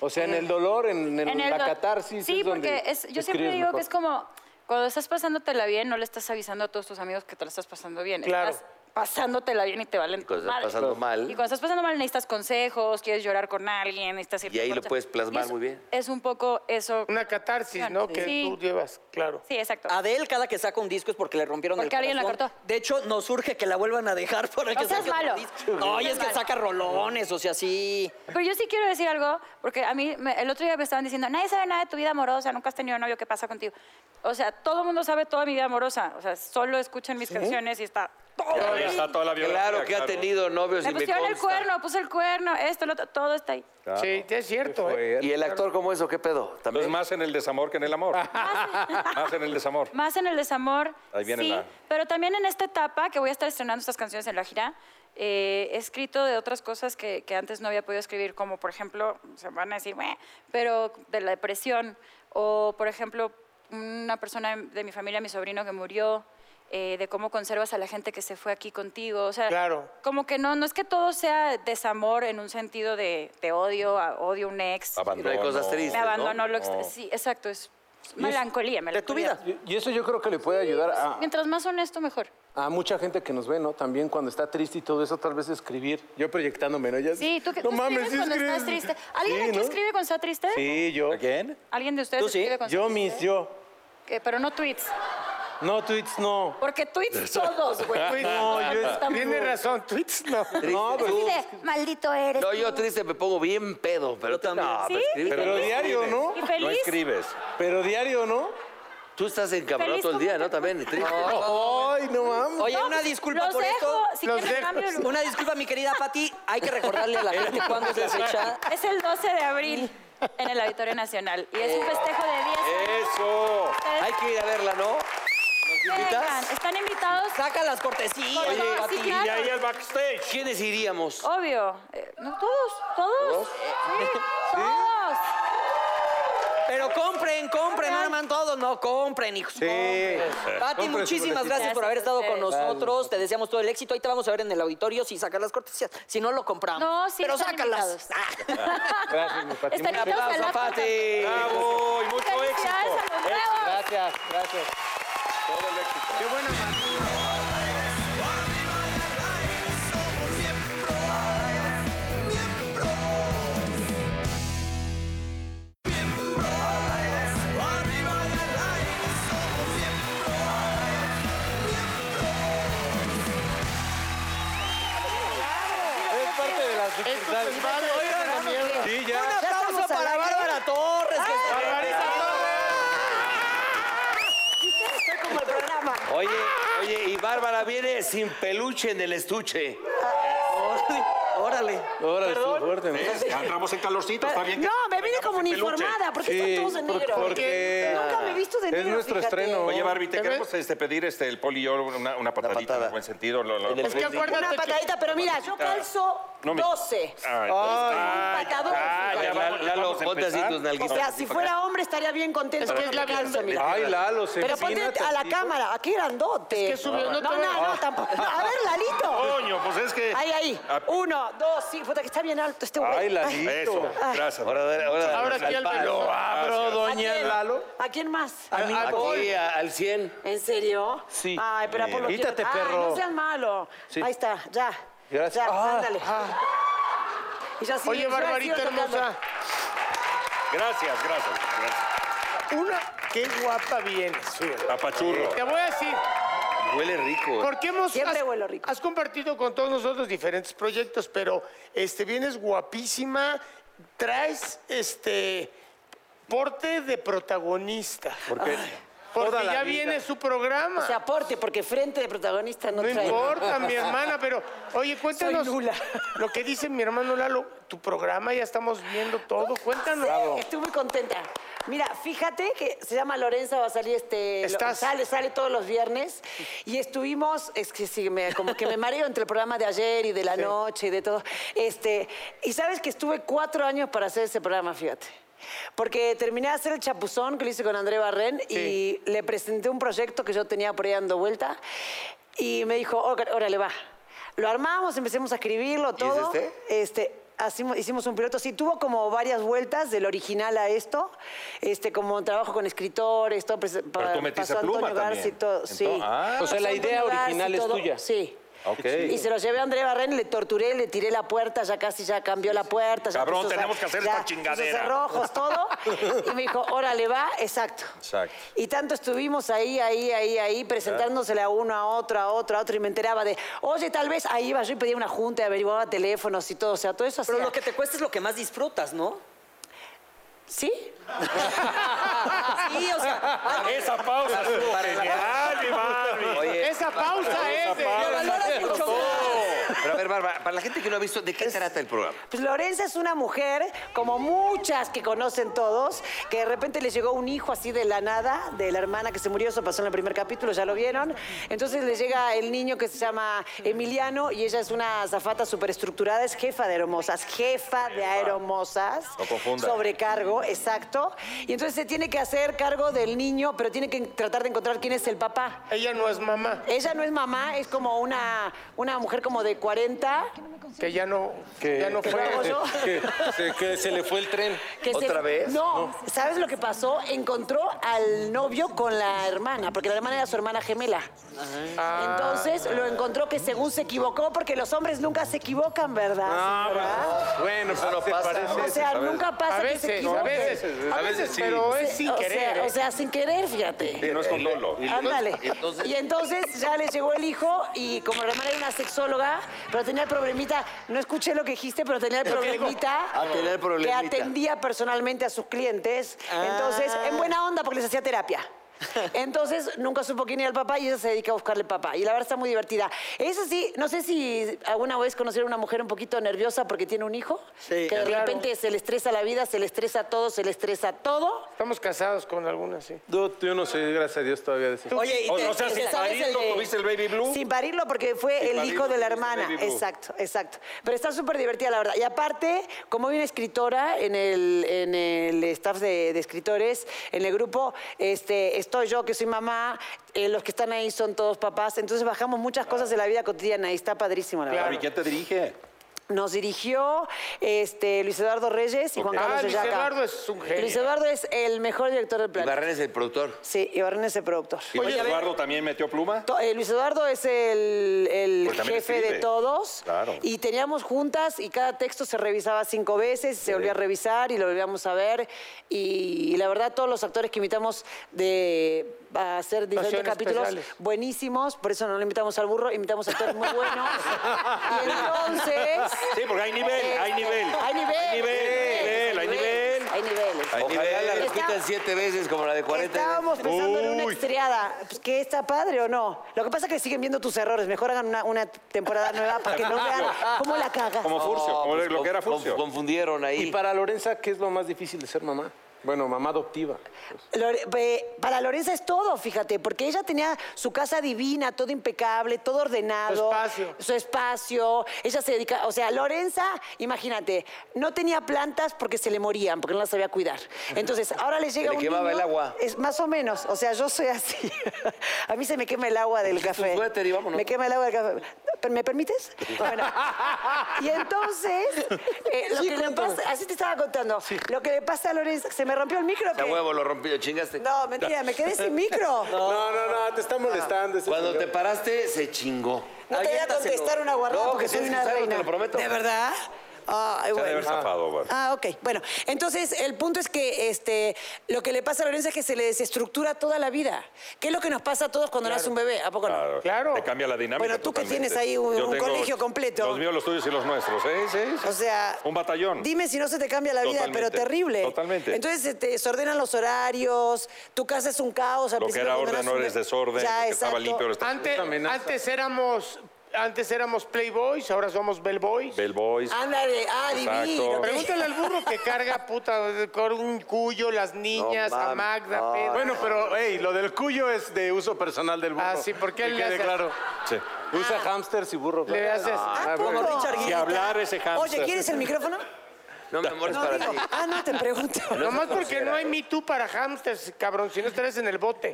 Speaker 5: O sea, en el dolor, en, en
Speaker 7: Eh, En el
Speaker 5: la
Speaker 7: do-
Speaker 5: catarsis.
Speaker 7: Sí,
Speaker 5: es donde
Speaker 7: porque es- yo siempre
Speaker 5: escribes
Speaker 7: digo
Speaker 5: mejor.
Speaker 7: que es como cuando estás pasándotela bien, no le estás avisando a todos tus amigos que te la estás pasando bien.
Speaker 2: Claro.
Speaker 7: Estás pasándotela bien y te valen
Speaker 4: Cuando estás
Speaker 7: madre.
Speaker 4: pasando mal.
Speaker 7: Y cuando estás pasando mal necesitas consejos, quieres llorar con alguien, necesitas ir
Speaker 4: Y ahí lo puedes plasmar muy bien.
Speaker 7: Es un poco eso.
Speaker 2: Una catarsis, ¿no?
Speaker 7: Sí.
Speaker 2: Que tú llevas, claro.
Speaker 7: Sí, exacto.
Speaker 5: Ah.
Speaker 1: Adele, cada que saca un disco es porque le rompieron
Speaker 7: Porque
Speaker 1: el
Speaker 7: alguien la
Speaker 1: corazón.
Speaker 7: cortó.
Speaker 1: De hecho, nos surge que la vuelvan a dejar por el
Speaker 7: No
Speaker 1: que
Speaker 7: seas
Speaker 1: saque otro
Speaker 7: malo.
Speaker 1: disco. No, y es que saca rolones, o sea, sí.
Speaker 7: Pero yo sí quiero decir algo, porque a mí me- el otro día me estaban diciendo, nadie sabe nada de tu vida amorosa, nunca has tenido novio, ¿qué pasa contigo? O sea, todo el mundo sabe toda mi vida amorosa. O sea, solo escuchan mis canciones y está todo.
Speaker 3: Ahí está toda la biografía,
Speaker 4: Claro que ha tenido novios
Speaker 7: Me
Speaker 4: Pues, y me
Speaker 7: pusieron el
Speaker 4: consta.
Speaker 7: cuerno, puse el cuerno, esto, lo otro, todo está ahí.
Speaker 2: Sí, es cierto. ¿eh?
Speaker 5: Fue-
Speaker 4: ¿Y el actor cómo es o qué pedo?
Speaker 3: Es
Speaker 4: También.
Speaker 3: más en el desamor que en el amor. más en el desamor.
Speaker 7: Más en el desamor,
Speaker 3: Ahí viene
Speaker 7: sí,
Speaker 3: la-
Speaker 7: pero también en esta etapa que voy a estar estrenando estas canciones en la gira, eh, he escrito de otras cosas que, que antes no había podido escribir, como por ejemplo, se van a decir, "Meh", pero de la depresión, o por ejemplo, una persona de, de mi familia, mi sobrino que murió, eh, de cómo conservas a la gente que se fue aquí contigo, o sea,
Speaker 2: Claro.
Speaker 7: como que no, no es que todo sea desamor en un sentido de te odio, a- odio a un ex,
Speaker 3: Abandono.
Speaker 4: No hay cosas
Speaker 7: me
Speaker 4: tristes, ¿no?
Speaker 7: abandonó, lo ex-
Speaker 3: No.
Speaker 7: sí, exacto, es melancolía,
Speaker 1: De tu
Speaker 7: melancolía.
Speaker 1: vida.
Speaker 5: Y y eso yo creo que le puede ayudar a,
Speaker 7: Mientras más honesto, mejor.
Speaker 5: a mucha gente que nos ve, ¿no? También cuando está triste y todo eso, tal vez escribir. Yo proyectándome, ¿no? Ya-
Speaker 7: Sí, tú que
Speaker 5: no
Speaker 7: tú
Speaker 5: mames, sí
Speaker 7: escribes cuando
Speaker 5: escribes.
Speaker 7: estás triste. ¿Alguien
Speaker 5: Sí,
Speaker 7: aquí
Speaker 5: ¿no?
Speaker 7: escribe cuando está triste?
Speaker 5: Sí, yo.
Speaker 3: ¿Quién?
Speaker 7: ¿Alguien de ustedes
Speaker 1: Tú sí.
Speaker 7: escribe cuando
Speaker 5: Yo,
Speaker 7: está
Speaker 5: mis,
Speaker 7: triste?
Speaker 5: yo.
Speaker 7: Que- pero no tweets.
Speaker 5: No, tweets no.
Speaker 7: Porque tweets todos, güey.
Speaker 2: Tweets,
Speaker 5: No, yo escribo.
Speaker 2: Tiene razón, tweets no.
Speaker 5: No, pero,
Speaker 7: Así de, maldito eres.
Speaker 4: No, yo
Speaker 7: tú".
Speaker 4: triste me pongo bien pedo, pero tú no, pues, pero
Speaker 7: ¿Sí?
Speaker 4: escribe-
Speaker 5: pero diario, ¿no?
Speaker 7: Y
Speaker 3: No
Speaker 7: feliz.
Speaker 3: escribes.
Speaker 5: Pero diario, ¿no?
Speaker 4: Tú estás en cabrón
Speaker 7: Feliz
Speaker 4: todo el día,
Speaker 7: como-
Speaker 4: ¿no? También triste.
Speaker 5: Ay, no mames.
Speaker 1: Oye, una disculpa
Speaker 7: pues, los
Speaker 1: por
Speaker 7: dejo,
Speaker 1: esto.
Speaker 7: Si
Speaker 2: Los
Speaker 7: quieren,
Speaker 2: dejo.
Speaker 7: cambio el-
Speaker 1: Una disculpa, mi querida Pati. Hay que recordarle a la gente cuándo es la fecha.
Speaker 7: Es el 12 de abril en el Auditorio Nacional. Y es un festejo de 10
Speaker 3: ¿eh,
Speaker 7: años.
Speaker 3: Eso.
Speaker 4: Hay que ir a verla, ¿no?
Speaker 7: Vengan, Están invitados.
Speaker 1: Saca las cortesías.
Speaker 7: Oye,
Speaker 1: Pati.
Speaker 7: sí,
Speaker 3: Y
Speaker 7: claro.
Speaker 3: de ahí al backstage.
Speaker 4: ¿Quiénes iríamos?
Speaker 7: Obvio. Eh, no, todos, todos. Sí, todos.
Speaker 1: Pero compren, compren, arman todo. No, compren, hijos. compren. Pati,
Speaker 5: Compren sus
Speaker 1: muchísimas
Speaker 5: boletitos.
Speaker 1: gracias por haber estado con
Speaker 7: Gracias
Speaker 1: nosotros. Te deseamos todo el éxito. Ahí te vamos a ver en el auditorio si sacas las cortesías. Si no, lo compramos.
Speaker 7: No, sí,
Speaker 1: Pero
Speaker 7: están
Speaker 1: sácalas. Ah,
Speaker 7: invitados.
Speaker 5: Gracias, mi Pati.
Speaker 7: Están
Speaker 5: Muchas
Speaker 7: invitados Este, a la
Speaker 4: ¡Aplauso, Pati!
Speaker 3: Bravo y mucho
Speaker 7: Felicidades
Speaker 3: éxito.
Speaker 7: a los nuevos.
Speaker 5: Gracias, gracias.
Speaker 4: Bárbara viene sin peluche en el estuche.
Speaker 1: Órale.
Speaker 5: Ahora estuvo fuerte, ¿no?
Speaker 3: ¿Ves? Ya entramos en calorcito, está bien. que-
Speaker 9: No, me vine como
Speaker 3: en peluche.
Speaker 9: uniformada, porque
Speaker 5: Sí,
Speaker 9: están todos de
Speaker 5: por-
Speaker 9: negro.
Speaker 5: porque
Speaker 9: Nunca me he visto de negro.
Speaker 5: es nuestro
Speaker 9: fíjate.
Speaker 5: estreno.
Speaker 3: Oye, Barbie, te
Speaker 2: ¿Te
Speaker 3: queremos este, pedir este, el poli y yo una, una patadita en
Speaker 4: patada.
Speaker 3: el buen sentido. lo- lo-
Speaker 4: En el
Speaker 2: Es que
Speaker 9: Una
Speaker 2: acuérdate que...
Speaker 9: patadita, pero mira, yo calzo
Speaker 3: No me-
Speaker 9: 12.
Speaker 3: Ah,
Speaker 9: Ay, patadón.
Speaker 3: ah, ya vamos, ya
Speaker 4: Lalo,
Speaker 3: vamos a
Speaker 4: ponte así
Speaker 3: empezar.
Speaker 4: tus
Speaker 9: O
Speaker 4: nalguitas.
Speaker 9: sea, si fuera hombre estaría bien contento.
Speaker 2: Es que es la
Speaker 9: Calzo,
Speaker 2: verdad.
Speaker 9: mira.
Speaker 5: Ay, Lalo, se
Speaker 9: Pero ponte
Speaker 5: empina,
Speaker 9: a la
Speaker 5: tantito.
Speaker 9: cámara, aquí grandote.
Speaker 2: Es que subió,
Speaker 9: no,
Speaker 2: no te
Speaker 9: no,
Speaker 2: veo.
Speaker 9: no, tampoco. A ver, Lalito.
Speaker 3: Coño, pues es que...
Speaker 9: Ahí, ahí.
Speaker 3: Ah,
Speaker 9: Uno, dos, sí. Puta, que está bien alto este güey.
Speaker 5: Ay, Lalito.
Speaker 3: Eso, gracias.
Speaker 4: Ahora, ahora,
Speaker 2: Ahora aquí al
Speaker 5: Lo abro, doña
Speaker 9: quién?
Speaker 5: Lalo.
Speaker 9: ¿A quién más?
Speaker 4: Aquí a- al 100.
Speaker 9: ¿En serio?
Speaker 5: Sí.
Speaker 9: Ay, pero Apolo. quiero-
Speaker 5: Quítate,
Speaker 9: Ay,
Speaker 5: perro.
Speaker 9: no seas malo.
Speaker 5: Sí.
Speaker 9: Ahí está, ya.
Speaker 5: Gracias.
Speaker 9: Ya,
Speaker 5: Ah,
Speaker 9: ándale. Y ya sigue,
Speaker 2: Oye,
Speaker 9: yo ya sigo
Speaker 2: Barbarita
Speaker 9: tocando.
Speaker 2: hermosa,
Speaker 3: Gracias, gracias. gracias.
Speaker 2: una, qué guapa vienes.
Speaker 3: Apachurro.
Speaker 2: Te voy a decir,
Speaker 4: Huele rico.
Speaker 2: porque hemos...
Speaker 9: Siempre
Speaker 2: has-
Speaker 9: huelo rico.
Speaker 2: Has compartido con todos nosotros diferentes proyectos, pero este, vienes guapísima, traes este porte de protagonista. ¿Por qué? Porque
Speaker 5: Toda la
Speaker 2: ya
Speaker 5: vida.
Speaker 2: viene su programa.
Speaker 9: O sea, aporte, porque frente de protagonista no,
Speaker 2: No
Speaker 9: trae.
Speaker 2: importa, mi hermana, pero oye, cuéntanos
Speaker 9: Soy nula.
Speaker 2: lo que dice mi hermano Lalo, tu programa ya estamos viendo todo, cuéntanos.
Speaker 9: Sí, estoy muy contenta. Mira, fíjate que se llama Lorenza, va a salir este. lo-
Speaker 2: Estás-
Speaker 9: sale, sale todos los viernes. Y estuvimos, es que sí, me- como que me mareo entre el programa de ayer y de la noche y de todo. Este, y sabes que estuve cuatro años para hacer ese programa, fíjate. Porque terminé de hacer el chapuzón que lo hice con André Barren y le presenté un proyecto que yo tenía por ahí dando vuelta. Y me dijo, "Óca- órale, va. Lo armamos, empecemos a escribirlo, todo.
Speaker 4: este?
Speaker 9: Este, hacimo- hicimos un piloto, sí, tuvo como varias vueltas del original a esto, este, como trabajo con escritores, todo. pres- pa-
Speaker 3: tú metiste
Speaker 9: pasó Antonio
Speaker 3: pluma
Speaker 9: Garci,
Speaker 3: también.
Speaker 9: todo,
Speaker 3: Ento-
Speaker 9: sí.
Speaker 3: ah.
Speaker 9: Pasó
Speaker 8: O sea, la
Speaker 9: Antonio
Speaker 8: idea
Speaker 9: Garci,
Speaker 8: original es
Speaker 9: todo,
Speaker 8: tuya.
Speaker 9: Sí.
Speaker 3: Ok.
Speaker 9: Y se lo llevé a André Barren, le torturé, le tiré la puerta, ya casi ya cambió la puerta. ya
Speaker 3: Cabrón,
Speaker 9: puso sa-
Speaker 3: tenemos que hacer
Speaker 9: ya
Speaker 3: esta
Speaker 9: puso
Speaker 3: chingadera.
Speaker 9: cerrojos, todo. Y me dijo, órale, va, exacto.
Speaker 3: Exacto.
Speaker 9: Y tanto estuvimos ahí, ahí, ahí, ahí, presentándosele a uno, a otro, a otro, a otro, y me enteraba de, oye, tal vez ahí iba yo y pedía una junta y averiguaba teléfonos y todo, o sea, todo eso
Speaker 1: Pero
Speaker 9: hacía.
Speaker 1: lo que te cuesta es lo que más disfrutas, ¿no?
Speaker 9: ¿Sí?
Speaker 7: Ah.
Speaker 1: Sí, o sea,
Speaker 3: Esa pausa estuvo genial, mi Barbie.
Speaker 4: Oye,
Speaker 2: Esa pausa es de-
Speaker 1: lo valoras mucho más.
Speaker 4: pero a ver, Bárbara, para la gente que no ha visto, ¿de qué trata el programa?
Speaker 9: Pues Lorenza es una mujer, como muchas que conocen todos, que de repente le llegó un hijo así de la nada, de la hermana que se murió, eso pasó en el primer capítulo, ya lo vieron. Entonces le llega el niño que se llama Emiliano y ella es una azafata superestructurada, es jefa de aeromosas, jefa de aeromosas.
Speaker 3: No confunda.
Speaker 9: Sobrecargo, exacto. Y entonces se tiene que hacer cargo del niño, pero tiene que tratar de encontrar quién es el papá.
Speaker 2: Ella no es mamá,
Speaker 9: Ella no es mamá, es como una, una mujer como de 40
Speaker 2: que ya no, ya no
Speaker 9: lo hago
Speaker 2: fue.
Speaker 9: yo.
Speaker 5: Que se, que se le fue el tren.
Speaker 9: Que se-
Speaker 4: ¿Otra vez?
Speaker 9: No, ¿sabes lo que pasó? Encontró al novio con la hermana, porque la hermana era su hermana gemela. Entonces lo encontró que según se equivocó, porque los hombres nunca se equivocan, ¿verdad?
Speaker 5: Ah,
Speaker 9: señora?
Speaker 5: bueno,
Speaker 2: pues,
Speaker 5: pero se parece.
Speaker 9: o sea, nunca pasa
Speaker 2: A
Speaker 9: que se
Speaker 2: veces,
Speaker 9: equivoquen.
Speaker 2: a veces, a veces,
Speaker 5: sí.
Speaker 2: pero es sin
Speaker 9: o
Speaker 2: querer.
Speaker 9: Sea,
Speaker 2: ¿eh?
Speaker 9: o sea, sin querer, fíjate.
Speaker 3: No es con dolo.
Speaker 9: Ándale. y entonces ya le llegó el hijo y como la hermana era una sexóloga, pero tenía el problemita, no escuché lo que dijiste, pero tenía el problemita,
Speaker 4: Ah, tenía el problemita.
Speaker 9: que atendía personalmente a sus clientes. Entonces, en buena onda porque les hacía terapia. Entonces nunca supo quién era el papá y ella se dedica a buscarle papá. Y la verdad está muy divertida. Eso sí, no sé si alguna vez conocieron a una mujer un poquito nerviosa porque tiene un hijo,
Speaker 1: Sí,
Speaker 9: que de
Speaker 2: claro.
Speaker 9: repente se le estresa la vida, se le estresa todo, se le estresa todo.
Speaker 2: Estamos casados con algunas, sí.
Speaker 5: Yo, yo no sé, gracias a Dios todavía de eso.
Speaker 1: Oye, y
Speaker 3: O,
Speaker 1: te-
Speaker 3: o sea,
Speaker 1: te
Speaker 3: sin
Speaker 1: sabes el
Speaker 3: parirlo
Speaker 1: de-
Speaker 3: tuviste el baby blue.
Speaker 9: Sin parirlo porque fue
Speaker 3: Sin
Speaker 9: el hijo
Speaker 3: parirlo,
Speaker 9: de la
Speaker 3: sí,
Speaker 9: hermana.
Speaker 3: Baby Blue.
Speaker 9: Exacto, exacto. Pero está súper divertida, la verdad. Y aparte, como hay una escritora en el, en el staff de, de escritores, en el grupo, este, estoy yo que soy mamá, eh, los que están ahí son todos papás. Entonces bajamos muchas cosas de la vida cotidiana y está padrísimo, la
Speaker 3: Barbie,
Speaker 9: verdad.
Speaker 3: ¿quién te dirige?
Speaker 9: Nos dirigió este, Luis Eduardo Reyes y Juan
Speaker 3: Ok.
Speaker 9: Carlos
Speaker 2: Ah, Luis
Speaker 9: Ollaca.
Speaker 2: Eduardo es un genio.
Speaker 9: Luis Eduardo es el mejor director del
Speaker 4: Y
Speaker 9: planeta.
Speaker 4: Barrera es el productor.
Speaker 9: Sí, y Barrena es el productor.
Speaker 3: ¿Y
Speaker 2: Oye, a ver.
Speaker 3: Eduardo también metió pluma?
Speaker 9: To- eh, Luis Eduardo es el, el
Speaker 3: Pues también
Speaker 9: jefe
Speaker 3: escribe.
Speaker 9: de todos.
Speaker 3: Claro.
Speaker 9: Y teníamos juntas y cada texto se revisaba cinco veces, se volvía a revisar y lo volvíamos a ver. Y, la verdad, todos los actores que invitamos de a hacer diferentes
Speaker 2: Actuaciones
Speaker 9: capítulos
Speaker 2: especiales.
Speaker 9: buenísimos, por eso no lo invitamos al burro, invitamos a actores muy buenos. y entonces. este,
Speaker 3: Sí, porque hay nivel, hay nivel.
Speaker 9: Hay nivel.
Speaker 3: Hay nivel, hay nivel, hay nivel.
Speaker 9: Hay hay niveles.
Speaker 4: Ojalá la
Speaker 9: Está-
Speaker 4: repitan siete veces como la de 40.
Speaker 9: Estábamos pensando en una
Speaker 3: Uy.
Speaker 9: estriada. Pues, ¿Qué está padre o no? Lo que pasa es que siguen viendo tus errores. Mejor hagan una, una temporada nueva para que no vean cómo la cagas.
Speaker 3: Como Furcio, como
Speaker 4: pues,
Speaker 3: lo que era
Speaker 4: con-
Speaker 3: Furcio.
Speaker 4: Confundieron ahí.
Speaker 5: Y para Lorenza, ¿qué es lo más difícil de ser mamá? Bueno, mamá adoptiva.
Speaker 9: Lore- pe- para Lorenza es todo, fíjate, porque ella tenía su casa divina, todo impecable, todo ordenado.
Speaker 2: Su espacio.
Speaker 9: Su espacio. Ella se dedica. O sea, Lorenza, imagínate, no tenía plantas porque se le morían, porque no las sabía cuidar. Entonces, ahora le llega
Speaker 4: le
Speaker 9: un
Speaker 4: quemaba
Speaker 9: niño,
Speaker 4: el agua.
Speaker 9: Es más o menos. O sea, yo soy así. A mí se me quema el agua del café.
Speaker 4: suéter y vámonos.
Speaker 9: Me quema el agua del café. ¿Per- ¿Me permites? Bueno. Y entonces, eh, lo que le pasa- así te estaba contando. Lo que le pasa a Lorenza, se me rompió el micro.
Speaker 4: A
Speaker 9: ¿qué?
Speaker 4: huevo lo rompió, chingaste.
Speaker 9: No, mentira, me quedé sin micro. No,
Speaker 5: No, no, no, te está molestando. ese
Speaker 4: Cuando te
Speaker 5: señor.
Speaker 4: paraste, se chingó.
Speaker 9: te voy a contestar una guardada
Speaker 4: No,
Speaker 9: porque
Speaker 4: que
Speaker 9: soy
Speaker 4: tienes que
Speaker 9: una
Speaker 4: usarlo,
Speaker 9: reina.
Speaker 4: te lo prometo.
Speaker 9: ¿De verdad? Ay,
Speaker 3: Se ha de
Speaker 9: bueno.
Speaker 3: haber zafado, güey.
Speaker 9: Ah, ok. Bueno, entonces el punto es que este, lo que le pasa a Lorenza es que se le desestructura toda la vida. ¿Qué es lo que nos pasa a todos cuando nace un bebé? ¿A poco no?
Speaker 3: Claro.
Speaker 2: Claro.
Speaker 3: Te cambia la dinámica.
Speaker 9: Bueno, tú que
Speaker 3: totalmente.
Speaker 9: tienes ahí un-
Speaker 3: Yo
Speaker 9: un
Speaker 3: tengo
Speaker 9: colegio completo.
Speaker 3: Los míos, los tuyos y los nuestros, ¿eh? Sí, sí.
Speaker 9: O sea,
Speaker 3: Un batallón.
Speaker 9: Dime si no se te cambia la vida,
Speaker 3: Totalmente,
Speaker 9: pero terrible.
Speaker 3: totalmente.
Speaker 9: Entonces se te desordenan los horarios, tu casa es un caos. Al
Speaker 3: Lo que
Speaker 9: principio
Speaker 3: era
Speaker 9: cuando
Speaker 3: orden
Speaker 9: nace
Speaker 3: no
Speaker 9: un
Speaker 3: eres
Speaker 9: bebé-
Speaker 3: desorden,
Speaker 9: Ya,
Speaker 3: lo que estaba
Speaker 9: exacto.
Speaker 3: limpio ahora está.
Speaker 2: Antes,
Speaker 5: amenaza.
Speaker 2: antes éramos, antes éramos Playboys, ahora somos
Speaker 9: Ah.
Speaker 2: Bellboys.
Speaker 3: Bellboys.
Speaker 9: Ándale, ah,
Speaker 3: Exacto.
Speaker 9: divino.
Speaker 2: Pregúntale al burro que carga puta con un cuyo, las niñas,
Speaker 4: No
Speaker 2: a
Speaker 4: mames,
Speaker 2: Magda,
Speaker 4: no.
Speaker 2: Pedro.
Speaker 5: Bueno, pero, hey, lo del cuyo es de uso personal del burro.
Speaker 2: Ah, sí, ¿por qué
Speaker 5: Que
Speaker 2: le
Speaker 5: quede
Speaker 2: haces?
Speaker 5: claro.
Speaker 3: Sí.
Speaker 5: Usa hamsters y burro.
Speaker 2: le haces.
Speaker 9: Ah. ¿A poco?
Speaker 5: bueno.
Speaker 3: Si hablar ese hámster.
Speaker 9: Oye, ¿quieres el micrófono?
Speaker 4: No, mi amor, es para ti.
Speaker 9: Ah, no, te pregunto.
Speaker 2: Nomás porque no hay Me Too para hamsters, cabrón, si no estarías en el bote.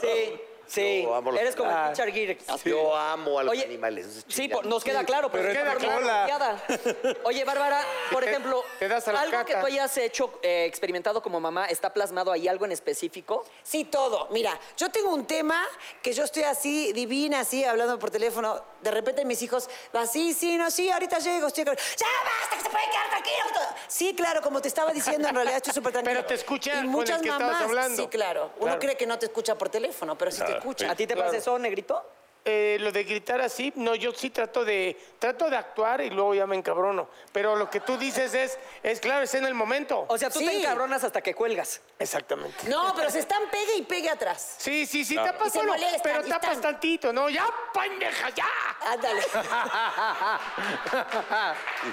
Speaker 1: Sí, sí.
Speaker 4: Yo amo los
Speaker 1: Eres como el pinche Arguirre.
Speaker 4: Yo amo a los
Speaker 1: Oye,
Speaker 4: animales.
Speaker 1: Sí, por- nos queda claro, pero
Speaker 2: Nos
Speaker 1: es
Speaker 2: queda
Speaker 1: una forma
Speaker 2: claro.
Speaker 1: apropiada. Oye, Bárbara, por
Speaker 2: Te-
Speaker 1: ejemplo,
Speaker 2: te das a la
Speaker 1: algo que
Speaker 2: caca.
Speaker 1: tú hayas hecho, eh, experimentado como mamá, ¿está plasmado ahí algo en específico?
Speaker 9: Sí, todo. Mira, yo tengo un tema que yo estoy así, divina, así, hablando por teléfono. De repente mis hijos, va, sí, sí, no, sí, ahorita llego, estoy acá". ¡Ya basta, que se pueden quedar tranquilos! todo". Sí, claro, como te estaba diciendo, en realidad estoy súper tranquila.
Speaker 2: Pero te escucha
Speaker 9: Y
Speaker 2: con
Speaker 9: muchas
Speaker 2: el que estabas
Speaker 9: mamás,
Speaker 2: hablando.
Speaker 9: Sí, claro. Uno
Speaker 2: Claro. Ah,
Speaker 9: cree que no te escucha por teléfono, pero sí te escucha.
Speaker 1: ¿A ti te pasa eso, negrito?
Speaker 2: Eh, lo de gritar así, no, yo sí trato de trato de actuar y luego ya me encabrono. Pero lo que tú dices es, es claro, es en el momento.
Speaker 1: O sea, tú te
Speaker 9: Sí.
Speaker 1: encabronas hasta que cuelgas.
Speaker 2: Exactamente.
Speaker 9: No, pero se están pegue y pegue atrás.
Speaker 2: Sí, sí, sí,
Speaker 3: Claro.
Speaker 2: tapas
Speaker 9: Y se
Speaker 2: solo,
Speaker 9: molestan,
Speaker 2: pero
Speaker 9: y
Speaker 2: tapas
Speaker 9: están.
Speaker 2: tantito, ¿no? ¡Ya, pendeja, ya!
Speaker 9: Ándale.